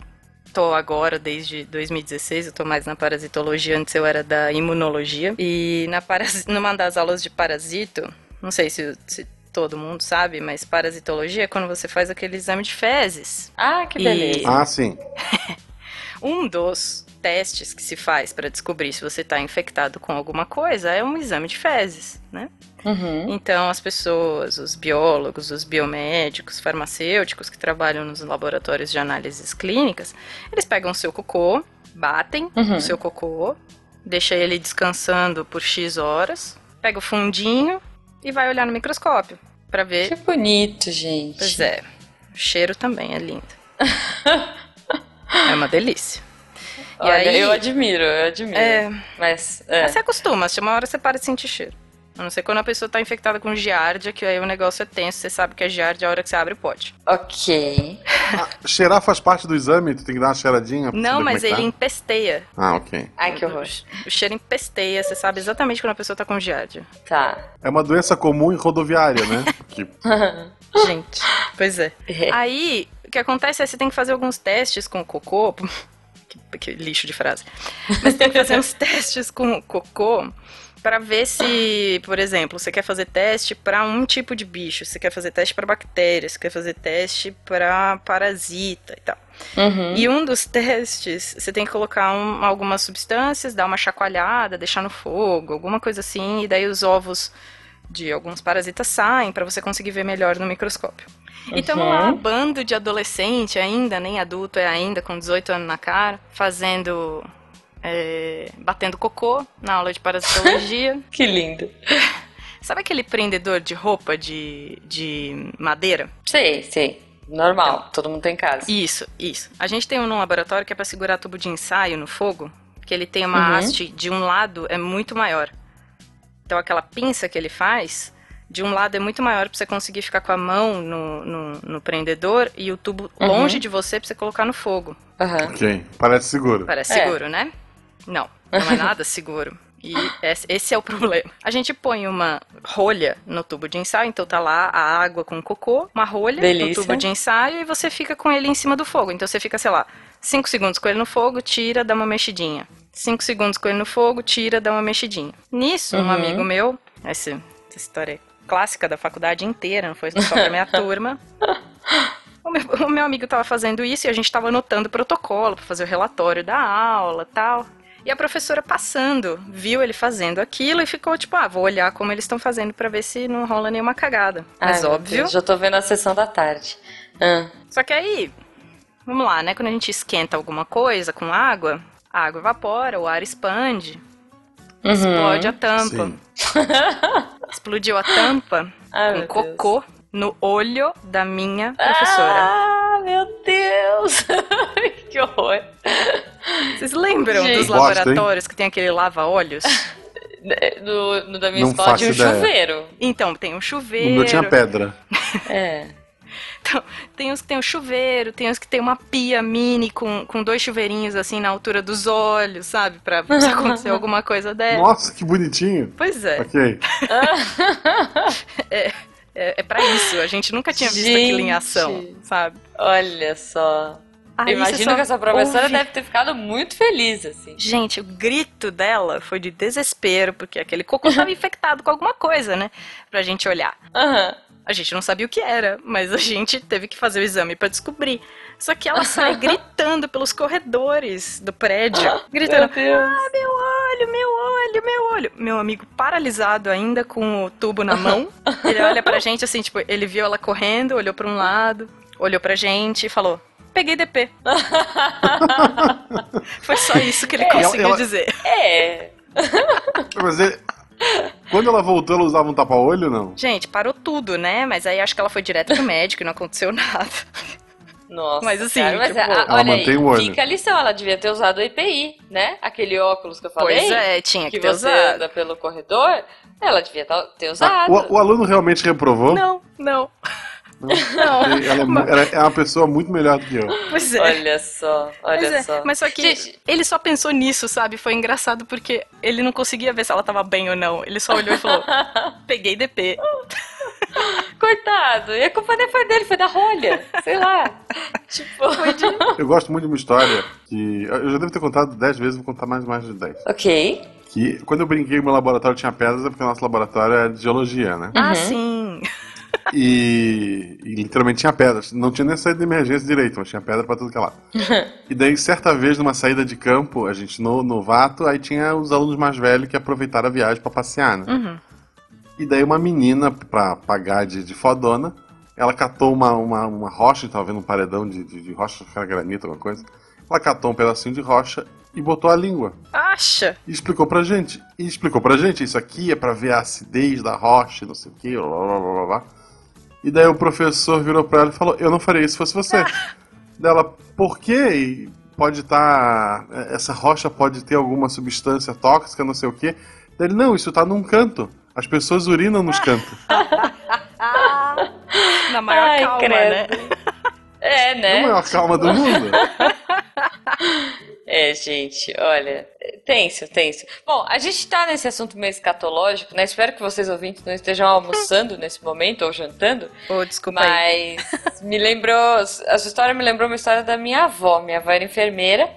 [SPEAKER 3] tô agora desde 2016, eu tô mais na parasitologia, antes eu era da imunologia. E na paras... numa das aulas de parasito, não sei se, se todo mundo sabe, mas parasitologia é quando você faz aquele exame de fezes.
[SPEAKER 2] Ah, que
[SPEAKER 3] E-
[SPEAKER 2] beleza.
[SPEAKER 1] Ah, sim.
[SPEAKER 3] Um dos testes que se faz para descobrir se você está infectado com alguma coisa é um exame de fezes, né?
[SPEAKER 1] Ah.
[SPEAKER 2] Uhum.
[SPEAKER 3] Então, as pessoas, os biólogos, os biomédicos, farmacêuticos que trabalham nos laboratórios de análises clínicas, eles pegam o seu cocô, batem
[SPEAKER 2] Uhum.
[SPEAKER 3] o seu cocô, deixa ele descansando por X horas, pega o fundinho e vai olhar no microscópio para ver
[SPEAKER 2] Que bonito, gente.
[SPEAKER 3] Pois é. O cheiro também
[SPEAKER 2] [LAUGHS]
[SPEAKER 3] é lindo. é uma delícia. E
[SPEAKER 2] Olha,
[SPEAKER 3] aí-
[SPEAKER 2] eu admiro, eu admiro.
[SPEAKER 3] É,
[SPEAKER 2] Mas, é.
[SPEAKER 3] mas você acostuma, se uma hora você para de sentir cheiro. A não ser quando a pessoa tá infectada com giardia, que aí o negócio é tenso, você sabe que é giardia a hora que você abre o pote.
[SPEAKER 2] Tá ok.
[SPEAKER 1] Ah, cheirar faz parte do exame, tu tem que dar uma cheiradinha. pra
[SPEAKER 3] Não,
[SPEAKER 1] saber
[SPEAKER 3] mas
[SPEAKER 1] como é
[SPEAKER 3] ele
[SPEAKER 1] que
[SPEAKER 3] empesteia.
[SPEAKER 1] tá. Ah, ok.
[SPEAKER 2] Ai, que horror.
[SPEAKER 3] O cheiro empesteia, você sabe exatamente quando a pessoa tá
[SPEAKER 2] [GASPS]
[SPEAKER 3] com giardia.
[SPEAKER 2] Tá. [LAUGHS]
[SPEAKER 1] É uma doença comum em rodoviária, né?
[SPEAKER 3] [LAUGHS]
[SPEAKER 1] Que-
[SPEAKER 3] Ah. Gente, pois é.
[SPEAKER 2] É.
[SPEAKER 3] Aí, o que acontece é que você tem que fazer alguns testes com o cocô. [LAUGHS] Que, que lixo de frase. Mas tem que fazer uns [LAUGHS] testes com o cocô pra ver se, por exemplo, você quer fazer teste pra um tipo de bicho, você quer fazer teste pra bactéria, você quer fazer teste pra parasita e tal.
[SPEAKER 2] Uhum.
[SPEAKER 3] E um dos testes, você tem que colocar um- algumas substâncias, dar uma chacoalhada, deixar no fogo, alguma coisa assim, e daí os ovos de alguns parasitas saem para você conseguir ver melhor no microscópio. E estamos
[SPEAKER 2] Uhum.
[SPEAKER 3] lá, bando de adolescente ainda, nem adulto é ainda, com 18 anos na cara, fazendo. é, batendo cocô na aula de parasitologia.
[SPEAKER 2] Que lindo.
[SPEAKER 3] Sabe aquele prendedor de roupa de, de madeira?
[SPEAKER 2] Sei, sei.
[SPEAKER 3] Então.
[SPEAKER 2] Normal, todo mundo tem casa.
[SPEAKER 3] Isso, isso. A gente tem um num laboratório que é pra segurar tubo de ensaio no fogo, que ele tem uma
[SPEAKER 2] Uhum.
[SPEAKER 3] haste de um lado é muito maior. Então aquela pinça que ele faz, de um lado é muito maior pra você conseguir ficar com a mão no, no, no prendedor e o tubo
[SPEAKER 2] Uhum.
[SPEAKER 3] longe de você pra você colocar no fogo.
[SPEAKER 2] Aham.
[SPEAKER 1] Ok, parece seguro.
[SPEAKER 3] Parece
[SPEAKER 2] É.
[SPEAKER 3] seguro, né? Não, não é
[SPEAKER 2] [LAUGHS]
[SPEAKER 3] nada seguro. E es- esse é o problema. A gente põe uma rolha no tubo de ensaio, então tá lá a água com cocô, uma rolha no
[SPEAKER 2] Delícia.
[SPEAKER 3] tubo de ensaio e você fica com ele em cima do fogo. Então você fica, sei lá, 5 segundos com ele no fogo, tira, dá uma mexidinha. 5 segundos com ele no fogo, tira, dá uma mexidinha. Nisso, um
[SPEAKER 2] Uhum.
[SPEAKER 3] amigo meu, essa, essa história é clássica da faculdade inteira, não foi só
[SPEAKER 2] [LAUGHS]
[SPEAKER 3] pra minha turma, o meu, [LAUGHS] o meu amigo tava fazendo isso e a gente tava anotando o protocolo pra fazer o relatório da aula tal. E a professora passando, viu ele fazendo aquilo e ficou tipo, ah, vou olhar como eles estão fazendo pra ver se não rola nenhuma cagada.
[SPEAKER 2] Ai,
[SPEAKER 3] Mas
[SPEAKER 2] meu
[SPEAKER 3] óbvio.
[SPEAKER 2] Deus, já tô vendo a sessão da tarde. Ah,
[SPEAKER 3] Só que aí, vamos lá, né? Quando a gente esquenta alguma coisa com água, a água evapora, o ar expande,
[SPEAKER 2] uhum.
[SPEAKER 3] explode a tampa.
[SPEAKER 1] Sim.
[SPEAKER 3] Explodiu a tampa
[SPEAKER 2] Ai,
[SPEAKER 3] com
[SPEAKER 2] meu Deus.
[SPEAKER 3] cocô no olho da minha professora.
[SPEAKER 2] Ah, meu Deus! [LAUGHS] que horror.
[SPEAKER 3] Vocês lembram
[SPEAKER 2] Gente.
[SPEAKER 3] dos
[SPEAKER 1] Eu gosto, hein?
[SPEAKER 3] laboratórios que tem aquele lava-olhos?
[SPEAKER 2] No, no da minha
[SPEAKER 1] Não
[SPEAKER 2] escola tinha um
[SPEAKER 1] faço ideia.
[SPEAKER 2] chuveiro.
[SPEAKER 3] Então, tem um
[SPEAKER 1] O
[SPEAKER 3] chuveiro.
[SPEAKER 1] meu tinha pedra.
[SPEAKER 2] É.
[SPEAKER 3] Tem uns que tem um chuveiro, tem uns que tem uma pia mini com, com dois chuveirinhos assim na altura dos olhos, sabe? Pra se [LAUGHS] acontecer alguma coisa dela.
[SPEAKER 1] Nossa, que bonitinho.
[SPEAKER 3] Pois é,
[SPEAKER 1] Ok.
[SPEAKER 3] é, é pra isso. A gente nunca tinha visto aquilo em ação,
[SPEAKER 2] Gente.
[SPEAKER 3] sabe?
[SPEAKER 2] Olha só.
[SPEAKER 3] Aí você
[SPEAKER 2] Imagino
[SPEAKER 3] só
[SPEAKER 2] que essa professora
[SPEAKER 3] ouve-
[SPEAKER 2] deve ter ficado muito feliz, assim.
[SPEAKER 3] Gente, o grito dela foi de desespero, porque aquele cocô [LAUGHS] estava infectado com alguma coisa, né? Pra gente olhar.
[SPEAKER 2] Aham.
[SPEAKER 3] A gente não sabia o que era, mas a gente teve que fazer o exame pra descobrir. Só que ela sai gritando pelos corredores do prédio,
[SPEAKER 2] Ah,
[SPEAKER 3] gritando:
[SPEAKER 2] Deus.
[SPEAKER 3] Ah, meu olho, meu olho, meu olho. Meu amigo paralisado ainda com o tubo na mão. Ele olha pra gente assim, tipo, ele viu ela correndo, olhou pra um lado, olhou pra gente e falou: Peguei DP. Foi só isso que ele
[SPEAKER 1] ela-
[SPEAKER 3] conseguiu
[SPEAKER 1] ela-
[SPEAKER 3] dizer.
[SPEAKER 2] [LAUGHS] É.
[SPEAKER 1] Mas ele- Quando ela voltou, ela usava um tapa-olho, não?
[SPEAKER 3] Gente, parou tudo, né? Mas aí acho que ela foi direto pro médico e não aconteceu [LAUGHS] nada.
[SPEAKER 2] Nossa.
[SPEAKER 3] Mas, assim,
[SPEAKER 2] cara, mas
[SPEAKER 3] tipo,
[SPEAKER 2] a-
[SPEAKER 1] Ela
[SPEAKER 2] olha
[SPEAKER 1] mantém
[SPEAKER 2] aí,
[SPEAKER 1] o olho.
[SPEAKER 2] fica a lição. Ela devia ter usado o EPI, né? Aquele óculos que eu falei.
[SPEAKER 3] Pois é, tinha que,
[SPEAKER 2] que
[SPEAKER 3] ter
[SPEAKER 2] você
[SPEAKER 3] usado.
[SPEAKER 2] anda pelo corredor. Ela devia tá- ter
[SPEAKER 1] Ah,
[SPEAKER 2] usado.
[SPEAKER 1] o, o aluno realmente reprovou?
[SPEAKER 3] Não, não. [LAUGHS]
[SPEAKER 1] Não. Ok, Ela, é mu- ela é uma pessoa muito melhor do que eu.
[SPEAKER 3] Pois é.
[SPEAKER 2] Olha só, olha
[SPEAKER 3] Pois é,
[SPEAKER 2] só. [LAUGHS]
[SPEAKER 3] Mas só que
[SPEAKER 2] Gente-
[SPEAKER 3] ele só pensou nisso, sabe? Foi engraçado porque ele não conseguia ver se ela tava bem ou não. Ele só olhou e [LAUGHS] falou: peguei DP.
[SPEAKER 2] Coitado, e a culpa nem foi dele, foi da rolha. Sei lá. [LAUGHS] tipo.
[SPEAKER 1] Eu gosto muito de uma história que. Eu já devo ter contado 10 vezes, vou contar mais, mais de 10.
[SPEAKER 2] Ok.
[SPEAKER 1] Que quando eu brinquei que meu laboratório tinha pedras, é porque o nosso laboratório é de geologia, né?
[SPEAKER 3] Ah,
[SPEAKER 2] Uhum.
[SPEAKER 3] sim.
[SPEAKER 1] E, e literalmente tinha pedras. Não tinha nem saída de emergência direito, mas tinha pedra pra tudo que é lá. e daí, certa vez, numa saída de campo, a gente no novato, aí tinha os alunos mais velhos que aproveitaram a viagem pra passear, né?
[SPEAKER 3] Uhum.
[SPEAKER 1] E daí uma menina, pra pagar de, de fodona, ela catou uma, uma, uma rocha, tava vendo um paredão de, de, de rocha, acho que era granito, alguma coisa. Ela catou um pedacinho de rocha e botou a língua.
[SPEAKER 3] Acha?
[SPEAKER 1] E explicou pra gente. E explicou pra gente, isso aqui é pra ver a acidez da rocha, não sei o que, blá blá blá blá, blá. E daí o professor virou pra ela e falou, eu não faria isso se fosse você. Dela, por quê? E Pode estar. essa rocha pode ter alguma substância tóxica, não sei o quê. Daí ele, não, isso tá num canto. As pessoas urinam nos cantos.
[SPEAKER 3] Na maior
[SPEAKER 2] Ai,
[SPEAKER 3] calma,
[SPEAKER 2] credo.
[SPEAKER 3] né?
[SPEAKER 2] É,
[SPEAKER 1] É a
[SPEAKER 2] né?
[SPEAKER 1] maior calma do mundo.
[SPEAKER 2] É, gente, olha. é Tenso, tenso. Bom, a gente tá nesse assunto meio escatológico, né? Espero que vocês ouvintes não estejam almoçando nesse momento ou jantando.
[SPEAKER 3] Ô, desculpa aí.
[SPEAKER 2] Mas me lembrou, essa história me lembrou uma história da minha avó. Minha avó era enfermeira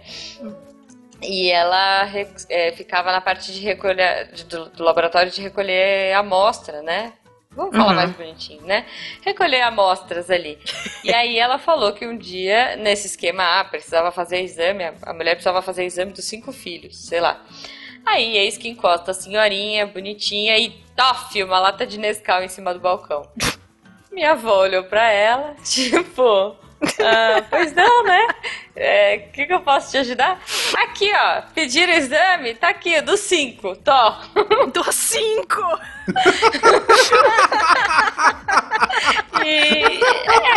[SPEAKER 2] e ela re- eh, ficava na parte de recolher de- do, do laboratório de recolher amostra, né? Vamos falar
[SPEAKER 3] Uhum.
[SPEAKER 2] mais bonitinho, né? Recolher amostras ali. E aí ela falou que um dia, nesse esquema, ah, precisava fazer exame, a- a mulher precisava fazer exame dos cinco filhos, sei lá. Aí eis que encosta a senhorinha, bonitinha, e toff, uma lata de Nescau em cima do balcão. Minha avó olhou pra ela, [LAUGHS] tipo, ah, pois não, né? O que, que eu posso te ajudar? Aqui, ó, pediram o exame, tá aqui, do 5, to.
[SPEAKER 3] Do 5!
[SPEAKER 2] E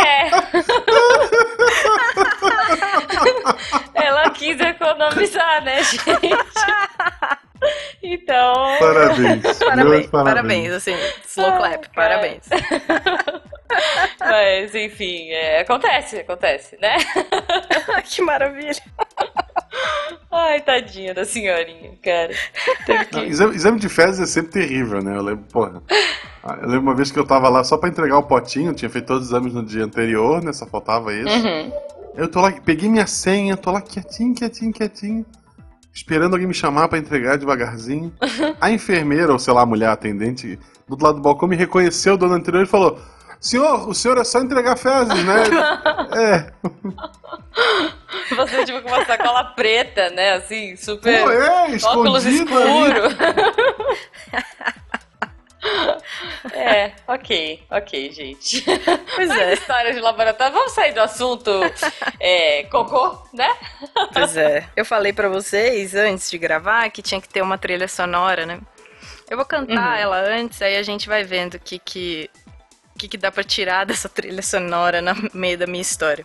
[SPEAKER 2] é. [LAUGHS] Ela quis economizar, né, gente? Então,
[SPEAKER 1] Parabéns.
[SPEAKER 3] Parabéns,
[SPEAKER 1] meus
[SPEAKER 3] parabéns, assim, slow clap,
[SPEAKER 2] cara.
[SPEAKER 3] parabéns. [LAUGHS]
[SPEAKER 2] mas enfim, é, acontece, acontece, né?
[SPEAKER 3] que maravilha.
[SPEAKER 2] Ai, tadinha da senhorinha, cara. Teve
[SPEAKER 1] Não,
[SPEAKER 2] que...
[SPEAKER 1] exame, exame de fezes é sempre terrível, né? Eu lembro, porra. Ah, Eu lembro uma vez que eu tava lá só pra entregar o potinho, tinha feito todos os exames no dia anterior, né? Só faltava isso.
[SPEAKER 2] Uhum.
[SPEAKER 1] Eu tô lá, peguei minha senha, tô lá quietinho, quietinho, quietinho. Esperando alguém me chamar pra entregar devagarzinho. A enfermeira, ou sei lá, a mulher atendente, do lado do balcão me reconheceu do ano anterior e falou: Senhor, o senhor é só entregar fezes, né? é.
[SPEAKER 2] Você, tipo, com uma sacola preta, né? Assim,
[SPEAKER 1] Pô,
[SPEAKER 2] super.
[SPEAKER 1] é,
[SPEAKER 2] óculos
[SPEAKER 1] escondido ali.
[SPEAKER 2] escuro. [LAUGHS] é, ok, ok, gente.
[SPEAKER 3] Pois
[SPEAKER 2] Mas
[SPEAKER 3] é.
[SPEAKER 2] [LAUGHS] história de laboratório. Vamos sair do assunto é, cocô, né?
[SPEAKER 3] Pois é. Eu falei pra vocês antes de gravar que tinha que ter uma trilha sonora, né? Eu vou cantar ela antes, aí a gente vai vendo o que que, o que que dá pra tirar [LAUGHS] dessa trilha sonora no meio da minha história.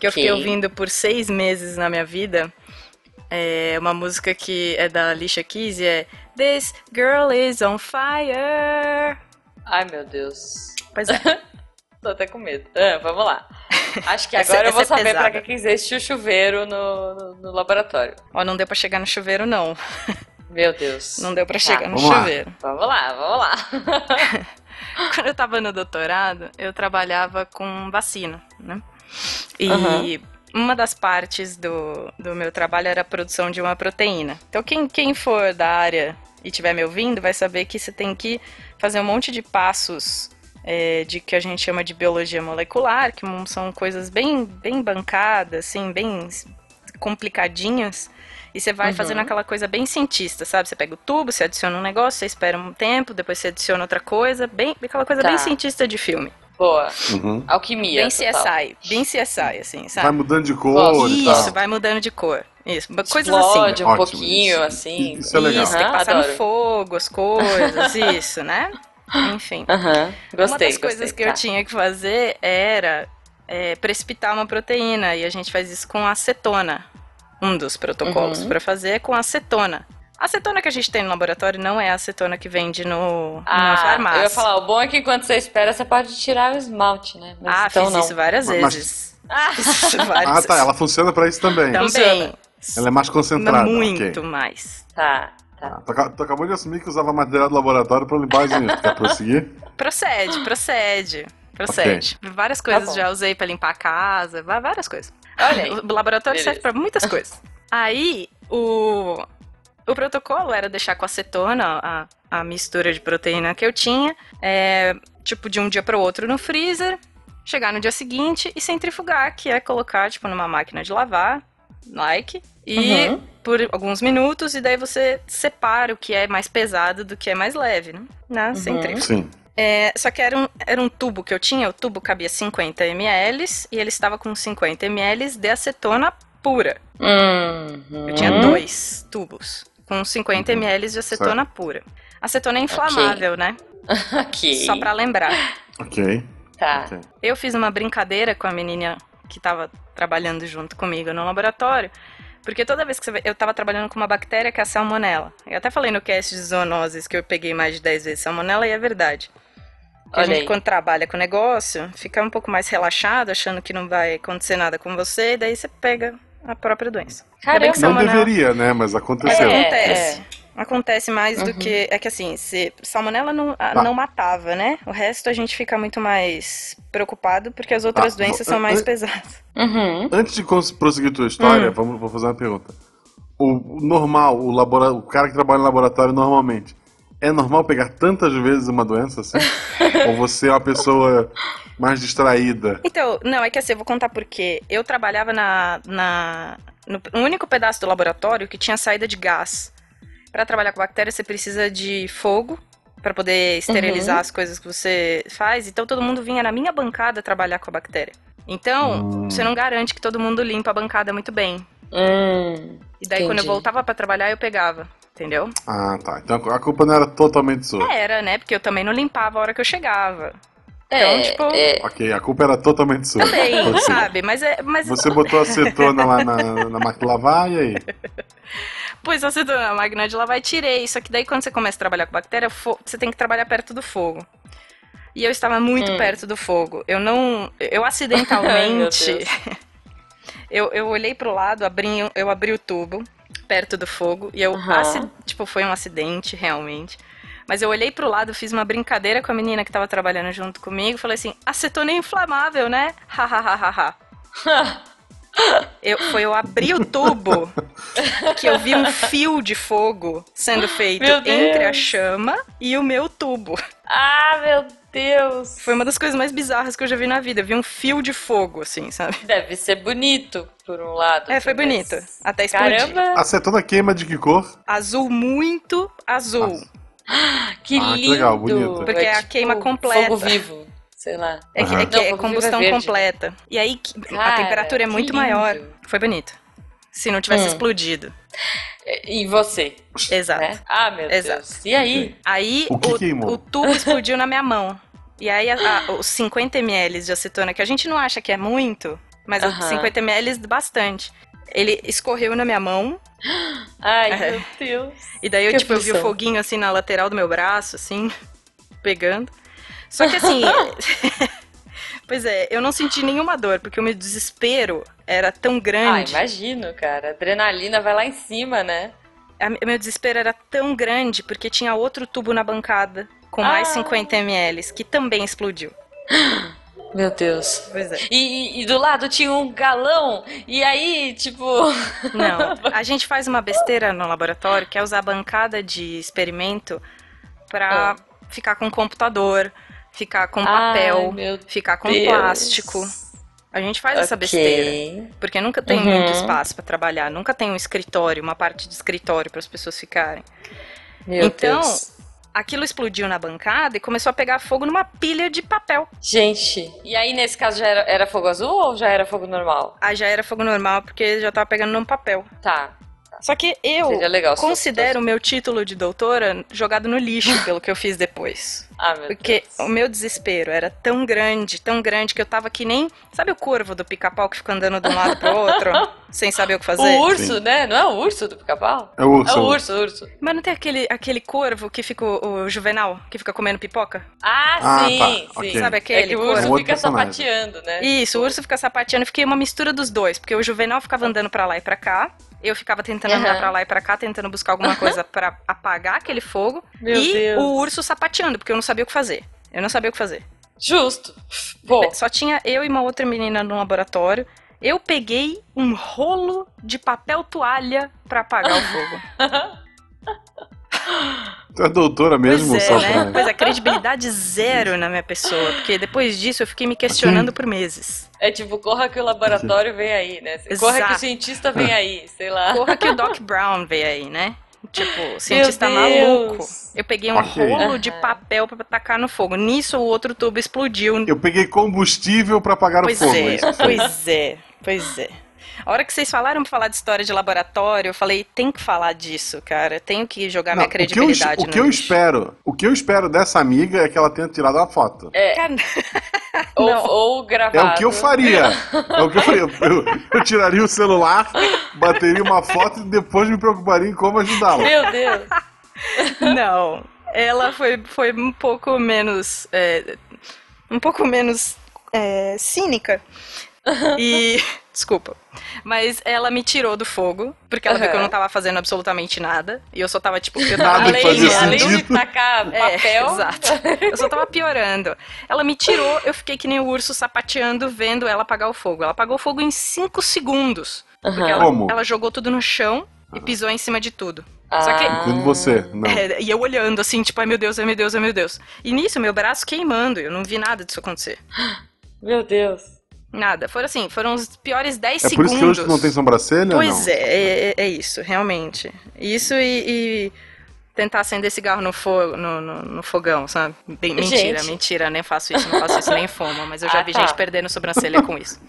[SPEAKER 3] Que eu
[SPEAKER 2] Ok.
[SPEAKER 3] fiquei ouvindo por seis meses na minha vida. É uma música que é da Alicia Keys e é This Girl Is On Fire.
[SPEAKER 2] Ai, meu Deus.
[SPEAKER 3] Pois é.
[SPEAKER 2] Tô até com medo. Ah, vamos lá. Acho que
[SPEAKER 3] Essa-
[SPEAKER 2] agora eu
[SPEAKER 3] essa
[SPEAKER 2] vou
[SPEAKER 3] é
[SPEAKER 2] saber pra
[SPEAKER 3] pesada.
[SPEAKER 2] que que existe o chuveiro no, no- no laboratório.
[SPEAKER 3] Ó, não deu pra chegar no chuveiro, não.
[SPEAKER 2] Meu Deus.
[SPEAKER 3] Não deu pra
[SPEAKER 2] Tá,
[SPEAKER 3] chegar no
[SPEAKER 1] vamos lá.
[SPEAKER 3] chuveiro.
[SPEAKER 2] Vamos lá, vamos lá.
[SPEAKER 3] [LAUGHS] Quando eu tava no doutorado, eu trabalhava com vacina, né? E
[SPEAKER 2] Aham.
[SPEAKER 3] uma das partes do, do meu trabalho era a produção de uma proteína. Então, quem, quem for da área e estiver me ouvindo, vai saber que você tem que fazer um monte de passos é, de que a gente chama de biologia molecular, que são coisas bem, bem bancadas, assim, bem complicadinhas. E você vai
[SPEAKER 2] Uhum.
[SPEAKER 3] fazendo aquela coisa bem cientista, sabe? Você pega o tubo, você adiciona um negócio, você espera um tempo, depois você adiciona outra coisa, bem aquela coisa
[SPEAKER 2] Tá.
[SPEAKER 3] bem cientista de filme.
[SPEAKER 2] Boa.
[SPEAKER 1] Uhum.
[SPEAKER 2] Alquimia.
[SPEAKER 3] bem
[SPEAKER 2] total.
[SPEAKER 3] CSI, bem CSI, assim,
[SPEAKER 1] Vai
[SPEAKER 3] sabe?
[SPEAKER 1] mudando de cor e
[SPEAKER 3] Isso,
[SPEAKER 1] tal.
[SPEAKER 3] vai mudando de cor. Isso, coisas assim.
[SPEAKER 2] Explode um
[SPEAKER 1] Ótimo,
[SPEAKER 2] pouquinho,
[SPEAKER 1] isso.
[SPEAKER 2] assim.
[SPEAKER 1] Isso é legal.
[SPEAKER 3] Isso, tem que
[SPEAKER 2] Aham,
[SPEAKER 3] passar
[SPEAKER 2] adoro.
[SPEAKER 3] no fogo, as coisas, [LAUGHS] isso, né? Enfim.
[SPEAKER 2] Aham, gostei.
[SPEAKER 3] uma das
[SPEAKER 2] gostei,
[SPEAKER 3] coisas que
[SPEAKER 2] tá.
[SPEAKER 3] eu tinha que fazer era é, precipitar uma proteína e a gente faz isso com acetona. Um dos protocolos
[SPEAKER 2] Uhum.
[SPEAKER 3] pra fazer é com acetona. A acetona que a gente tem no laboratório não é a acetona que vende no, na
[SPEAKER 2] Ah,
[SPEAKER 3] farmácia.
[SPEAKER 2] eu ia falar, o bom é que enquanto você espera, você pode tirar o esmalte, né? Mas
[SPEAKER 3] ah,
[SPEAKER 2] então
[SPEAKER 3] fiz
[SPEAKER 2] não.
[SPEAKER 3] isso várias
[SPEAKER 1] Mas- mas- [LAUGHS]
[SPEAKER 3] vezes.
[SPEAKER 2] Ah,
[SPEAKER 3] Fiz isso várias
[SPEAKER 1] Ah, tá, ela funciona pra isso também.
[SPEAKER 3] vezes.
[SPEAKER 2] funciona.
[SPEAKER 3] Também.
[SPEAKER 1] Ela é mais concentrada.
[SPEAKER 3] muito
[SPEAKER 1] ok.
[SPEAKER 3] mais.
[SPEAKER 2] tá, tá.
[SPEAKER 1] Ah, tu, aca- tu acabou de assumir que usava material do laboratório pra limpar as unhas.
[SPEAKER 3] [LAUGHS]
[SPEAKER 1] Tu quer prosseguir?
[SPEAKER 3] Procede, procede. Procede. Várias coisas
[SPEAKER 2] Tá bom.
[SPEAKER 3] já usei pra limpar a casa, va- várias coisas.
[SPEAKER 2] Olha aí.
[SPEAKER 3] O laboratório
[SPEAKER 2] Beleza.
[SPEAKER 3] serve pra muitas coisas. Aí, o, o protocolo era deixar com acetona a, a mistura de proteína que eu tinha, é, tipo, de um dia pro outro no freezer, chegar no dia seguinte e centrifugar, que é colocar, tipo, numa máquina de lavar, like, e
[SPEAKER 2] Uhum.
[SPEAKER 3] por alguns minutos, e daí você separa o que é mais pesado do que é mais leve, né? Na
[SPEAKER 2] Uhum.
[SPEAKER 3] centrífuga.
[SPEAKER 1] Sim.
[SPEAKER 3] É, só que era um, era um tubo que eu tinha, o tubo cabia 50 ml e ele estava com 50 ml de acetona pura.
[SPEAKER 2] Uhum.
[SPEAKER 3] Eu tinha dois tubos com 50
[SPEAKER 1] Uhum.
[SPEAKER 3] ml de acetona pura. Acetona é inflamável, né?
[SPEAKER 2] Ok.
[SPEAKER 3] Só pra lembrar.
[SPEAKER 1] Ok.
[SPEAKER 3] Ah.
[SPEAKER 2] Tá.
[SPEAKER 1] ok.
[SPEAKER 3] Eu fiz uma brincadeira com a menina que estava trabalhando junto comigo no laboratório, porque toda vez que você vê, eu estava trabalhando com uma bactéria que é a salmonela. Eu até falei no cast de zoonoses que eu peguei mais de 10 vezes salmonela e é verdade. Porque a
[SPEAKER 2] Olha
[SPEAKER 3] gente,
[SPEAKER 2] aí.
[SPEAKER 3] quando trabalha com o negócio, fica um pouco mais relaxado, achando que não vai acontecer nada com você, e dadaí você pega a própria doença.
[SPEAKER 2] Caramba.
[SPEAKER 3] que
[SPEAKER 1] Não
[SPEAKER 3] Salmonella.
[SPEAKER 1] deveria, né? Mas aconteceu.
[SPEAKER 2] É.
[SPEAKER 3] acontece. Acontece mais do
[SPEAKER 2] Uhum.
[SPEAKER 3] que. É que assim, se salmonela não, a-
[SPEAKER 1] Tá.
[SPEAKER 3] não matava, né? O resto a gente fica muito mais preocupado porque as outras
[SPEAKER 1] Tá,
[SPEAKER 3] doenças
[SPEAKER 1] vo-
[SPEAKER 3] são mais
[SPEAKER 1] eu-
[SPEAKER 3] pesadas.
[SPEAKER 2] Uhum.
[SPEAKER 1] Antes de cons- prosseguir tua história,
[SPEAKER 3] Hum.
[SPEAKER 1] vamos, vou fazer uma pergunta. O, o normal, o, labora, o cara que trabalha no laboratório normalmente, é normal pegar tantas vezes uma doença
[SPEAKER 3] [LAUGHS]
[SPEAKER 1] assim? Ou você é uma pessoa mais distraída?
[SPEAKER 3] Então, não, é que assim, eu vou contar porque eu trabalhava na. na no, no único pedaço do laboratório que tinha saída de gás. Pra trabalhar com bactéria, você precisa de fogo Pra poder esterilizar
[SPEAKER 1] Uhum.
[SPEAKER 3] as coisas que você faz. Então todo mundo vinha na minha bancada trabalhar com a bactéria. Então,
[SPEAKER 1] Hum.
[SPEAKER 3] você não garante que todo mundo limpa a bancada muito bem.
[SPEAKER 2] Hum.
[SPEAKER 3] E daí, quando eu
[SPEAKER 2] Entendi.
[SPEAKER 3] voltava pra trabalhar, eu pegava. Entendeu?
[SPEAKER 1] Ah, tá. Então a culpa não era totalmente sua.
[SPEAKER 3] Era, né? Porque eu também não limpava a hora que eu chegava.
[SPEAKER 2] É,
[SPEAKER 3] Então, tipo-
[SPEAKER 2] é, [LAUGHS]
[SPEAKER 1] Ok, a culpa era totalmente sua.
[SPEAKER 3] Também,
[SPEAKER 1] Você-
[SPEAKER 3] sabe? Mas é. Mas
[SPEAKER 1] Você botou acetona lá na, na máquina de lavar e aí?
[SPEAKER 3] Pois você deu na máquina de lavar e tirei. Só que daí quando você começa a trabalhar com bactéria, fo- você tem que trabalhar perto do fogo. E eu estava muito
[SPEAKER 2] Hum.
[SPEAKER 3] perto do fogo. Eu não.
[SPEAKER 2] [LAUGHS]
[SPEAKER 3] Eu
[SPEAKER 2] Ai, meu
[SPEAKER 3] acidentalmente.
[SPEAKER 2] Deus.
[SPEAKER 3] [LAUGHS] eu, eu olhei pro lado, abri, um, eu abri o tubo perto do fogo. E eu.
[SPEAKER 2] Aham.
[SPEAKER 3] aci- Tipo, foi um acidente, realmente. Mas eu olhei pro lado, fiz uma brincadeira com a menina que tava trabalhando junto comigo. Falei assim: acetona é inflamável, né? [LAUGHS] Ha ha ha ha ha. Eu, foi eu abri o tubo que eu vi um fio de fogo sendo feito
[SPEAKER 2] Meu Deus.
[SPEAKER 3] entre a chama e o meu tubo.
[SPEAKER 2] Ah, meu Deus.
[SPEAKER 3] Foi uma das coisas mais bizarras que eu já vi na vida. Eu vi um fio de fogo, assim, sabe?
[SPEAKER 2] Deve ser bonito, por um lado.
[SPEAKER 3] É, foi
[SPEAKER 2] mas-
[SPEAKER 3] bonito. Até explodir.
[SPEAKER 2] Caramba,
[SPEAKER 1] Acetona queima de que cor?
[SPEAKER 3] Azul, muito azul.
[SPEAKER 2] que
[SPEAKER 1] Ah,
[SPEAKER 2] lindo. tipo
[SPEAKER 1] que legal, bonito.
[SPEAKER 3] Porque é a queima completa.
[SPEAKER 2] Fogo vivo, sei lá.
[SPEAKER 3] É que é,
[SPEAKER 1] Aham.
[SPEAKER 3] que
[SPEAKER 2] Não, fogo
[SPEAKER 3] é
[SPEAKER 2] vivo é
[SPEAKER 3] combustão
[SPEAKER 2] verde.
[SPEAKER 3] completa. E aí que- a
[SPEAKER 2] Cara,
[SPEAKER 3] temperatura é
[SPEAKER 2] que
[SPEAKER 3] muito
[SPEAKER 2] lindo.
[SPEAKER 3] maior. Foi bonito. Se não tivesse
[SPEAKER 2] Hum.
[SPEAKER 3] explodido.
[SPEAKER 2] É, E você,
[SPEAKER 3] Exato.
[SPEAKER 2] né? Ah, meu
[SPEAKER 3] Exato.
[SPEAKER 2] Deus. E aí?
[SPEAKER 3] Aí
[SPEAKER 1] O que
[SPEAKER 3] o,
[SPEAKER 1] queimou?
[SPEAKER 3] o tubo explodiu na minha mão. E aí a- a- os 50 ml de acetona, que a gente não acha que é muito, mas os
[SPEAKER 2] Aham.
[SPEAKER 3] 50 ml é bastante. Ele escorreu na minha mão,
[SPEAKER 2] Ai,
[SPEAKER 3] É.
[SPEAKER 2] meu Deus.
[SPEAKER 3] e daí eu,
[SPEAKER 2] Que
[SPEAKER 3] tipo, eu vi o
[SPEAKER 2] aflição.
[SPEAKER 3] foguinho assim na lateral do meu braço, assim, [LAUGHS] pegando. Só
[SPEAKER 2] [LAUGHS]
[SPEAKER 3] que assim. [LAUGHS] pois é, eu não senti nenhuma dor, porque o meu desespero era tão
[SPEAKER 2] Ah,
[SPEAKER 3] grande.
[SPEAKER 2] imagino, cara. A adrenalina vai lá em cima, né?
[SPEAKER 3] a- o meu desespero era tão grande porque tinha outro tubo na bancada com mais
[SPEAKER 2] Ah.
[SPEAKER 3] 50 ml, que também explodiu.
[SPEAKER 2] Meu Deus.
[SPEAKER 3] Pois é.
[SPEAKER 2] E, e- e do lado tinha um galão. E aí, tipo.
[SPEAKER 3] Não, [LAUGHS] a gente faz uma besteira no laboratório que é usar a bancada de experimento pra ficar com computador, ficar com
[SPEAKER 2] Ah. Ai,
[SPEAKER 3] Um papel,
[SPEAKER 2] meu Deus.
[SPEAKER 3] ficar com plástico. A gente faz essa
[SPEAKER 2] Ok.
[SPEAKER 3] besteira, porque nunca tem
[SPEAKER 2] Uhum.
[SPEAKER 3] muito espaço pra trabalhar, nunca tem um escritório, uma parte de escritório para as pessoas ficarem.
[SPEAKER 2] Meu
[SPEAKER 3] Então,
[SPEAKER 2] Deus.
[SPEAKER 3] Aquilo explodiu na bancada e começou a pegar fogo numa pilha de papel.
[SPEAKER 2] Gente, e aí nesse caso já era, era fogo azul ou já era fogo normal?
[SPEAKER 3] Aí já era fogo normal porque já tava pegando num papel.
[SPEAKER 2] Tá.
[SPEAKER 3] Só que eu
[SPEAKER 2] Seria legal. se fosse-
[SPEAKER 3] considero o meu título de doutora jogado no lixo pelo que eu fiz depois.
[SPEAKER 2] Ah, meu
[SPEAKER 3] Porque
[SPEAKER 2] Deus.
[SPEAKER 3] o meu desespero era tão grande, tão grande, que eu tava que nem. Sabe o corvo do pica-pau que fica andando de um lado pro
[SPEAKER 2] [LAUGHS]
[SPEAKER 3] outro, sem saber o que fazer?
[SPEAKER 2] O urso,
[SPEAKER 1] Sim.
[SPEAKER 2] né? Não é o urso do pica-pau?
[SPEAKER 1] É o urso.
[SPEAKER 2] É o urso, o urso.
[SPEAKER 3] Mas não tem aquele, aquele corvo que fica o, o juvenal, que fica comendo pipoca?
[SPEAKER 2] Ah,
[SPEAKER 1] Ah,
[SPEAKER 2] sim,
[SPEAKER 1] tá,
[SPEAKER 2] sim.
[SPEAKER 1] ok.
[SPEAKER 3] Sabe
[SPEAKER 2] É
[SPEAKER 3] aquele
[SPEAKER 2] que o
[SPEAKER 1] É um
[SPEAKER 2] urso
[SPEAKER 3] corvo?
[SPEAKER 1] outro
[SPEAKER 2] fica
[SPEAKER 1] personagem.
[SPEAKER 2] sapateando, né?
[SPEAKER 3] Isso, o urso fica sapateando, fiquei uma mistura dos dois, porque o juvenal ficava andando pra lá e pra cá. Eu ficava tentando andar
[SPEAKER 2] Aham.
[SPEAKER 3] pra lá e pra cá, tentando buscar alguma coisa pra apagar aquele fogo.
[SPEAKER 2] Meu
[SPEAKER 3] e
[SPEAKER 2] Deus.
[SPEAKER 3] o urso sapateando, porque eu não sabia o que fazer. Eu não sabia o que fazer.
[SPEAKER 2] Justo. Bom,
[SPEAKER 3] Só tinha eu e uma outra menina no laboratório. Eu peguei um rolo de papel toalha pra apagar
[SPEAKER 1] [LAUGHS]
[SPEAKER 3] o fogo.
[SPEAKER 1] Tu é doutora mesmo,
[SPEAKER 3] pois
[SPEAKER 1] só
[SPEAKER 3] é, né?
[SPEAKER 1] pra...
[SPEAKER 3] Pois é, credibilidade zero na minha pessoa, porque depois disso eu fiquei me questionando por meses.
[SPEAKER 2] é tipo, corra que o laboratório vem aí, né? Corra
[SPEAKER 3] Exato.
[SPEAKER 2] que o cientista vem aí, sei lá.
[SPEAKER 3] Porra que
[SPEAKER 1] [LAUGHS]
[SPEAKER 3] o Doc Brown veio aí, né? Tipo, cientista
[SPEAKER 2] Deus.
[SPEAKER 3] maluco. Eu peguei um
[SPEAKER 1] Ok.
[SPEAKER 3] rolo de
[SPEAKER 2] Aham.
[SPEAKER 3] papel pra tacar no fogo. Nisso o outro tubo explodiu.
[SPEAKER 1] Eu peguei combustível pra apagar
[SPEAKER 3] Pois
[SPEAKER 1] o fogo.
[SPEAKER 3] é,
[SPEAKER 1] isso que foi.
[SPEAKER 3] pois é, pois é. A hora que vocês falaram pra falar de história de laboratório, eu falei, tem que falar disso, cara. Eu Tenho que jogar
[SPEAKER 1] Não,
[SPEAKER 3] minha credibilidade né,
[SPEAKER 1] o que eu, o que eu
[SPEAKER 3] no lixo.
[SPEAKER 1] espero, o que eu espero dessa amiga é que ela tenha tirado a foto.
[SPEAKER 3] Cara,
[SPEAKER 2] Ou,
[SPEAKER 3] não.
[SPEAKER 2] ou
[SPEAKER 1] É
[SPEAKER 2] gravado.
[SPEAKER 1] o que eu faria. É o que eu faria. Eu, eu tiraria o celular, bateria uma foto e depois me preocuparia em como ajudá-la.
[SPEAKER 2] Meu Deus.
[SPEAKER 3] [LAUGHS] Não, ela foi, foi um pouco menos. é, um pouco menos é, cínica. E. [LAUGHS] Desculpa. Mas ela me tirou do fogo, porque ela viu que eu
[SPEAKER 2] Aham.
[SPEAKER 3] não tava fazendo absolutamente nada. E eu só tava, tipo, eu tava
[SPEAKER 1] Nada
[SPEAKER 2] Além,
[SPEAKER 1] que fazia
[SPEAKER 2] além de
[SPEAKER 1] sentido.
[SPEAKER 2] tacar
[SPEAKER 3] É,
[SPEAKER 2] [LAUGHS] papel.
[SPEAKER 3] exato. Eu só tava piorando. Ela me tirou, eu fiquei que nem o urso sapateando, vendo ela apagar o fogo. Ela apagou o fogo em 5 segundos. Porque
[SPEAKER 2] é
[SPEAKER 3] ela,
[SPEAKER 1] Como?
[SPEAKER 3] ela jogou tudo no chão e pisou em cima de tudo. Só que-
[SPEAKER 2] Ah,
[SPEAKER 1] Incluindo você. Não.
[SPEAKER 3] É, e eu olhando assim, tipo, ai meu Deus, ai meu Deus, ai meu Deus. E nisso, meu braço queimando, eu não vi nada disso acontecer. Ah.
[SPEAKER 2] Meu Deus.
[SPEAKER 3] Nada. Foram assim, foram os piores 10
[SPEAKER 1] É por
[SPEAKER 3] segundos. é.
[SPEAKER 1] isso que hoje tu não tem sobrancelha?
[SPEAKER 3] Pois
[SPEAKER 1] não?
[SPEAKER 3] é, é, é- é isso, realmente. Isso e, e tentar acender cigarro no, fo- no- no- no fogão, sabe? Bem- mentira,
[SPEAKER 2] Gente.
[SPEAKER 3] mentira, nem faço isso, não faço isso nem fumo, mas eu já
[SPEAKER 2] Ah,
[SPEAKER 3] vi
[SPEAKER 2] tá.
[SPEAKER 3] gente perdendo sobrancelha com isso.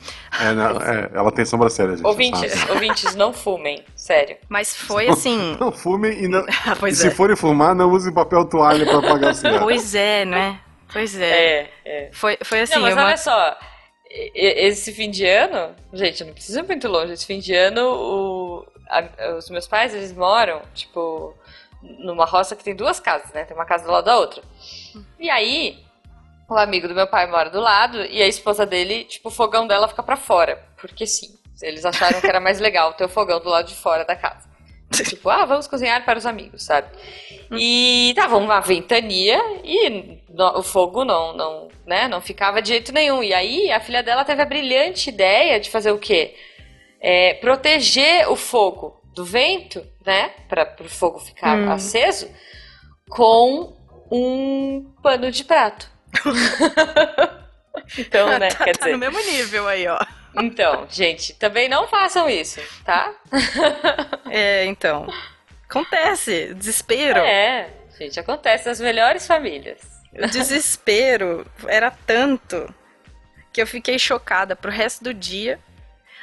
[SPEAKER 1] É, não, é, ela tem sobrancelha, gente.
[SPEAKER 2] Ouvintes,
[SPEAKER 1] sabe?
[SPEAKER 2] ouvintes, não fumem, sério.
[SPEAKER 3] Mas foi assim.
[SPEAKER 1] Não fumem e, não,
[SPEAKER 3] Ah,
[SPEAKER 1] [LAUGHS] e
[SPEAKER 3] pois
[SPEAKER 1] se
[SPEAKER 3] é.
[SPEAKER 1] forem fumar, não usem papel toalha pra apagar o
[SPEAKER 3] [LAUGHS]
[SPEAKER 1] cigarro.
[SPEAKER 3] Pois é, né? Pois é.
[SPEAKER 2] É, é.
[SPEAKER 3] Foi, foi assim,
[SPEAKER 2] não, mas
[SPEAKER 3] uma-
[SPEAKER 2] olha só, e- e- esse fim de ano, gente, não precisa ir muito longe. Esse fim de ano, o- a- os meus pais, eles moram, tipo, numa roça que tem duas casas, né? Tem uma casa do lado da outra. E aí, o amigo do meu pai mora do lado e a esposa dele, tipo, o fogão dela fica pra fora, porque sim. Eles acharam que era mais legal ter o fogão do lado de fora da casa. Tipo, ah, vamos cozinhar para os amigos, sabe? E tava uma ventania e no- o fogo não, não, né, não ficava de jeito nenhum. E aí a filha dela teve a brilhante ideia de fazer o quê? É, proteger o fogo do vento, né? Para o fogo ficar
[SPEAKER 3] Hum.
[SPEAKER 2] aceso, com um pano de
[SPEAKER 3] [LAUGHS]
[SPEAKER 2] prato. então, né?
[SPEAKER 3] tá,
[SPEAKER 2] quer
[SPEAKER 3] tá
[SPEAKER 2] dizer,
[SPEAKER 3] no mesmo nível aí, ó.
[SPEAKER 2] então, gente, também não façam isso, tá?
[SPEAKER 3] É, então. Acontece, desespero.
[SPEAKER 2] É, gente, acontece nas melhores famílias.
[SPEAKER 3] O desespero era tanto que eu fiquei chocada pro resto do dia.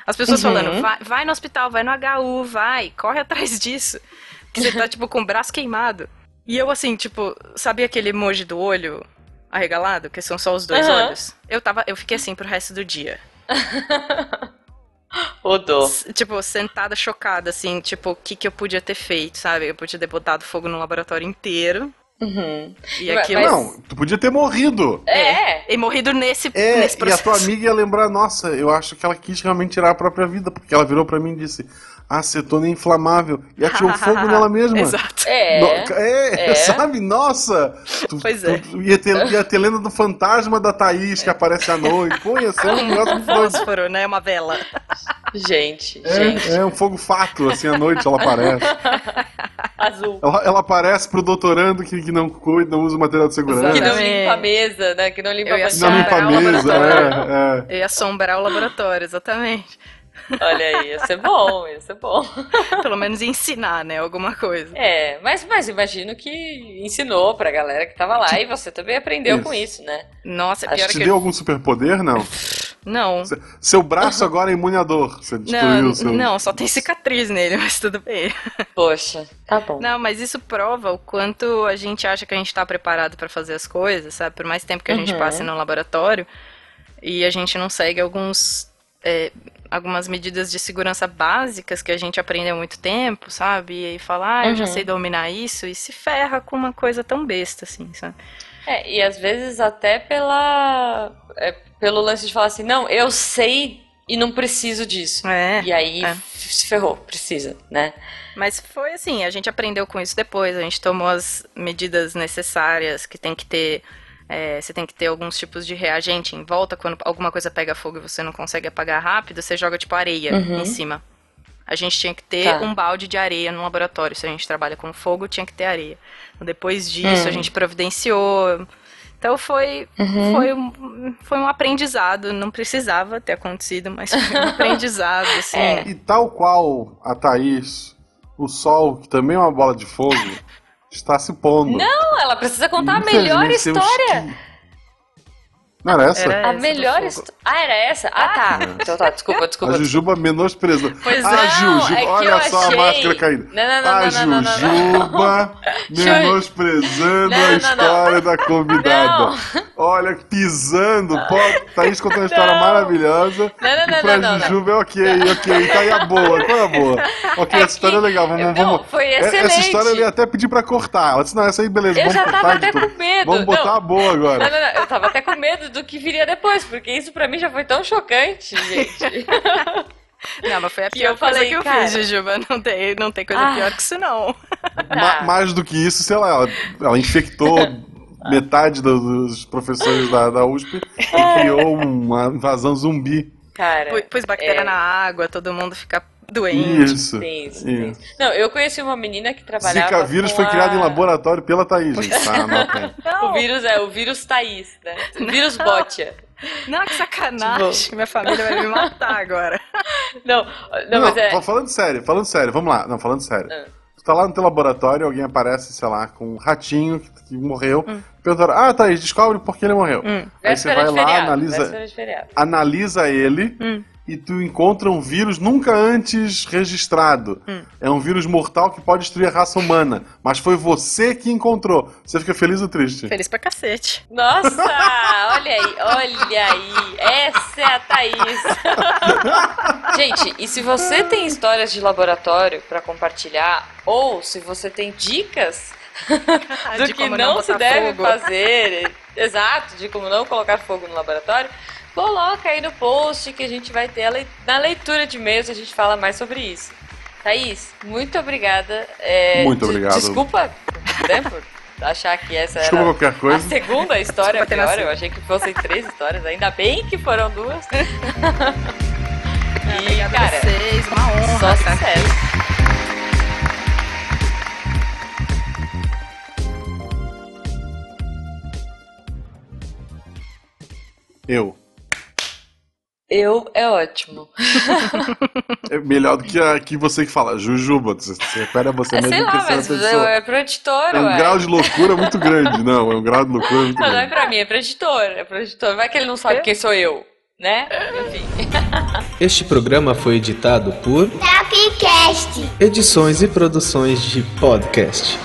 [SPEAKER 3] As pessoas
[SPEAKER 2] Uhum.
[SPEAKER 3] falando, vai, vai no hospital, vai no HU, vai, corre atrás disso. Que você tá, tipo, com o braço queimado. E eu, assim, tipo, sabia aquele emoji do olho arregalado, que são só os dois
[SPEAKER 2] Aham.
[SPEAKER 3] olhos? Eu tava, eu fiquei assim pro resto do dia.
[SPEAKER 1] Oh.
[SPEAKER 2] Odô.
[SPEAKER 3] S- Tipo, sentada chocada, assim, tipo, o que que eu podia ter feito, sabe? Eu podia ter botado fogo no laboratório inteiro.
[SPEAKER 2] Uhum.
[SPEAKER 3] E
[SPEAKER 2] Ué,
[SPEAKER 3] aquilo.
[SPEAKER 2] mas-
[SPEAKER 1] Não, tu podia ter morrido.
[SPEAKER 2] É.
[SPEAKER 3] E morrido nesse,
[SPEAKER 1] É,
[SPEAKER 3] nesse
[SPEAKER 1] e a
[SPEAKER 3] processo.
[SPEAKER 1] tua amiga ia lembrar, nossa, eu acho que ela quis realmente tirar a própria vida, porque ela virou pra mim e disse, acetona é inflamável, e
[SPEAKER 3] [LAUGHS]
[SPEAKER 1] atirou fogo nela mesma.
[SPEAKER 3] Exato.
[SPEAKER 2] É.
[SPEAKER 1] No- é,
[SPEAKER 2] é.
[SPEAKER 1] [LAUGHS] sabe? Nossa! Tu-
[SPEAKER 3] Pois é.
[SPEAKER 1] tu- ia, ter, ia ter lenda do fantasma da Thaís que aparece à noite. Pô, ia ser um
[SPEAKER 3] [LAUGHS]
[SPEAKER 1] negócio muito doido.
[SPEAKER 3] Fósforo, né? Uma vela.
[SPEAKER 2] Gente, gente.
[SPEAKER 1] É, é um fogo fato, assim, à noite ela aparece.
[SPEAKER 2] Azul.
[SPEAKER 1] Ela, ela aparece pro doutorando que, que não cuida, não usa material de segurança.
[SPEAKER 2] Que
[SPEAKER 1] Que
[SPEAKER 2] não
[SPEAKER 3] Exatamente.
[SPEAKER 2] limpa a mesa, né? Que não limpa
[SPEAKER 3] Eu
[SPEAKER 2] a
[SPEAKER 3] ia
[SPEAKER 1] não limpa a
[SPEAKER 3] Sarau,
[SPEAKER 1] mesa,
[SPEAKER 3] laboratório.
[SPEAKER 1] é, é.
[SPEAKER 3] Eu ia assombrar o laboratório, exatamente.
[SPEAKER 2] Olha aí, ia ser bom, ia ser bom.
[SPEAKER 3] Pelo menos ensinar, né? Alguma coisa.
[SPEAKER 2] É, mas, mas imagino que ensinou pra galera que tava lá e você também aprendeu
[SPEAKER 1] Isso.
[SPEAKER 2] com isso, né?
[SPEAKER 3] Nossa, é
[SPEAKER 2] Acho
[SPEAKER 3] pior
[SPEAKER 1] Te
[SPEAKER 3] que.
[SPEAKER 1] deu algum superpoder, não?
[SPEAKER 3] Não.
[SPEAKER 1] Se- Seu braço agora é imunador. Você destruiu
[SPEAKER 3] Não,
[SPEAKER 1] o seu...
[SPEAKER 3] não, só tem cicatriz nele, mas tudo bem.
[SPEAKER 2] Poxa, tá bom.
[SPEAKER 3] Não, mas isso prova o quanto a gente acha que a gente tá preparado pra fazer as coisas, sabe? Por mais tempo que a gente
[SPEAKER 2] Uhum.
[SPEAKER 3] passe no laboratório e a gente não segue alguns, é, algumas medidas de segurança básicas que a gente aprendeu há muito tempo, sabe? E aí fala, ah, eu já
[SPEAKER 2] Uhum.
[SPEAKER 3] sei dominar isso e se ferra com uma coisa tão besta assim, sabe?
[SPEAKER 2] É, e às vezes até pela. é, pelo lance de falar assim, não, eu sei e não preciso disso.
[SPEAKER 3] É.
[SPEAKER 2] E aí
[SPEAKER 3] é.
[SPEAKER 2] f- se ferrou, precisa, né?
[SPEAKER 3] Mas foi assim, a gente aprendeu com isso depois, a gente tomou as medidas necessárias que tem que ter. é, você tem que ter alguns tipos de reagente em volta. Quando alguma coisa pega fogo e você não consegue apagar rápido, você joga tipo areia
[SPEAKER 2] Uhum.
[SPEAKER 3] em cima. A gente tinha que ter
[SPEAKER 2] Tá.
[SPEAKER 3] um balde de areia no laboratório. Se a gente trabalha com fogo, tinha que ter areia. Depois disso,
[SPEAKER 2] Hum.
[SPEAKER 3] a
[SPEAKER 2] Uhum.
[SPEAKER 3] gente providenciou. Então foi, foi, um, foi um aprendizado. Não precisava ter acontecido, mas foi
[SPEAKER 2] [LAUGHS]
[SPEAKER 3] um aprendizado, assim.
[SPEAKER 2] É.
[SPEAKER 1] E tal qual a Thaís, o sol, que também é uma bola de fogo, está se pondo. Não,
[SPEAKER 2] Não, ela precisa contar a melhor história.
[SPEAKER 1] Não era essa?
[SPEAKER 3] Era
[SPEAKER 2] A
[SPEAKER 3] essa do
[SPEAKER 2] melhor
[SPEAKER 3] fogo.
[SPEAKER 2] história. Ah, era essa? Ah, tá. Então tá, desculpa, desculpa.
[SPEAKER 1] A Jujuba menosprezou.
[SPEAKER 3] Pois
[SPEAKER 1] ah,
[SPEAKER 2] Não,
[SPEAKER 1] Jujuba,
[SPEAKER 2] é que
[SPEAKER 1] olha
[SPEAKER 2] eu
[SPEAKER 1] só
[SPEAKER 2] achei.
[SPEAKER 1] a máscara caindo.
[SPEAKER 2] Não, não, não,
[SPEAKER 1] a
[SPEAKER 2] não, não, não, não, não.
[SPEAKER 1] [LAUGHS]
[SPEAKER 2] [LAUGHS]
[SPEAKER 1] Jujuba menosprezando
[SPEAKER 2] Não,
[SPEAKER 1] a
[SPEAKER 2] não, não.
[SPEAKER 1] história da convidada.
[SPEAKER 2] Não.
[SPEAKER 1] Olha, pisando. Pô, Thaís contou uma história
[SPEAKER 2] Não.
[SPEAKER 1] maravilhosa.
[SPEAKER 2] Não, não,
[SPEAKER 1] e
[SPEAKER 2] não,
[SPEAKER 1] pra
[SPEAKER 2] não, não, não.
[SPEAKER 1] Jujuba é ok, ok. Tá aí a boa, qual é a boa?
[SPEAKER 2] [LAUGHS]
[SPEAKER 1] Ok,
[SPEAKER 2] É
[SPEAKER 1] essa história é
[SPEAKER 2] que-
[SPEAKER 1] legal. Vamos,
[SPEAKER 2] Não,
[SPEAKER 1] vamos.
[SPEAKER 2] foi
[SPEAKER 1] É- Essa
[SPEAKER 2] excelente.
[SPEAKER 1] história eu ia até pedir pra cortar. Ela disse, não, essa aí beleza,
[SPEAKER 2] Eu
[SPEAKER 1] vamos
[SPEAKER 2] já
[SPEAKER 1] cortar.
[SPEAKER 2] tava até
[SPEAKER 1] editor.
[SPEAKER 2] com medo.
[SPEAKER 1] Vamos botar
[SPEAKER 2] não.
[SPEAKER 1] a boa agora.
[SPEAKER 2] Não, não, não, eu tava até com medo do que viria depois, porque isso pra mim já foi tão chocante, gente.
[SPEAKER 3] Não, mas foi a
[SPEAKER 2] Que
[SPEAKER 3] pior
[SPEAKER 2] eu falei,
[SPEAKER 3] coisa que eu
[SPEAKER 2] cara.
[SPEAKER 3] fiz, Jujuba. Não tem, não tem coisa
[SPEAKER 2] Ah.
[SPEAKER 3] pior que isso, não.
[SPEAKER 1] Ma- mais do que isso, sei lá, ela,
[SPEAKER 2] [LAUGHS]
[SPEAKER 1] ela infectou
[SPEAKER 2] Ah.
[SPEAKER 1] metade do- dos professores da, da USP e
[SPEAKER 2] É.
[SPEAKER 1] criou uma invasão zumbi.
[SPEAKER 2] [LAUGHS] Cara,
[SPEAKER 3] Pô- Pôs bactéria
[SPEAKER 2] é.
[SPEAKER 3] na água, todo mundo fica doente.
[SPEAKER 1] Isso.
[SPEAKER 2] tem isso,
[SPEAKER 1] Isso.
[SPEAKER 2] tem isso. Não, eu conheci uma menina que trabalhava.
[SPEAKER 1] Zika vírus
[SPEAKER 2] com
[SPEAKER 1] foi
[SPEAKER 2] a-
[SPEAKER 1] criado em laboratório pela Thaís,
[SPEAKER 2] [LAUGHS]
[SPEAKER 1] gente. Tá, anota aí.
[SPEAKER 2] O
[SPEAKER 3] Não,
[SPEAKER 2] vírus é o vírus Thaís, né? O vírus
[SPEAKER 3] Não.
[SPEAKER 2] Botia.
[SPEAKER 3] não, que sacanagem.
[SPEAKER 2] Tipo,
[SPEAKER 3] Minha família vai me matar agora.
[SPEAKER 2] [LAUGHS] Não, não,
[SPEAKER 1] Não,
[SPEAKER 2] mas é.
[SPEAKER 1] fa- falando sério, falando sério, vamos lá. Não, falando sério.
[SPEAKER 2] Ah.
[SPEAKER 1] Tu tá lá no teu laboratório, alguém aparece, sei lá, com um ratinho que, que morreu.
[SPEAKER 2] Hum.
[SPEAKER 1] Perguntaram, ah, Thaís, descobre por que ele morreu. Aí você
[SPEAKER 2] Véspera de
[SPEAKER 1] vai lá,
[SPEAKER 2] Hum. feriado, Hum.
[SPEAKER 1] analisa,
[SPEAKER 2] véspera de feriado.
[SPEAKER 1] analisa ele e tu encontra um vírus nunca antes registrado.
[SPEAKER 2] Hum.
[SPEAKER 1] É um vírus mortal que pode destruir a raça humana. Mas foi você que encontrou. Você fica feliz ou triste?
[SPEAKER 3] Feliz pra cacete.
[SPEAKER 2] Nossa, olha aí, olha aí. Essa é a Thaís. [LAUGHS] Gente, e se você tem histórias de laboratório pra compartilhar, ou se você tem dicas do
[SPEAKER 3] Ah, De
[SPEAKER 2] que
[SPEAKER 3] como
[SPEAKER 2] não, se
[SPEAKER 3] botar
[SPEAKER 2] deve
[SPEAKER 3] fogo. [LAUGHS]
[SPEAKER 2] fazer, exato, de como não colocar fogo no laboratório, coloca aí no post que a gente vai ter a lei- na leitura de e-mails, a gente fala mais sobre isso. Thaís, muito obrigada. é,
[SPEAKER 1] Muito
[SPEAKER 2] de-
[SPEAKER 1] obrigado.
[SPEAKER 2] Desculpa, né, por achar que essa
[SPEAKER 1] Desculpa
[SPEAKER 2] era
[SPEAKER 1] qualquer
[SPEAKER 2] a
[SPEAKER 1] coisa.
[SPEAKER 2] segunda história é
[SPEAKER 3] Desculpa ter
[SPEAKER 2] pior,
[SPEAKER 3] nascido.
[SPEAKER 2] eu achei que fossem três histórias, ainda bem que foram
[SPEAKER 3] [LAUGHS]
[SPEAKER 2] duas. e,
[SPEAKER 3] Obrigada a
[SPEAKER 2] cara,
[SPEAKER 3] vocês, uma honra.
[SPEAKER 2] só
[SPEAKER 3] tá aqui.
[SPEAKER 2] sucesso.
[SPEAKER 1] Eu.
[SPEAKER 2] Eu é ótimo.
[SPEAKER 1] É melhor do que, a, que você que fala, Jujuba. Você você refere a você
[SPEAKER 2] É,
[SPEAKER 1] mesmo
[SPEAKER 2] sei
[SPEAKER 1] em
[SPEAKER 2] lá,
[SPEAKER 1] terceira
[SPEAKER 2] mas eu,
[SPEAKER 1] pessoa.
[SPEAKER 2] é pro editor,
[SPEAKER 1] É um
[SPEAKER 2] ué.
[SPEAKER 1] grau de loucura muito grande. Não, é um grau de loucura muito
[SPEAKER 2] Não, não é
[SPEAKER 1] grande.
[SPEAKER 2] pra mim, é pro editor. É pro editor. Vai que ele não sabe quem sou eu, né? Enfim.
[SPEAKER 5] Este programa foi editado por
[SPEAKER 6] Tapcast.
[SPEAKER 5] Edições e Produções de Podcast.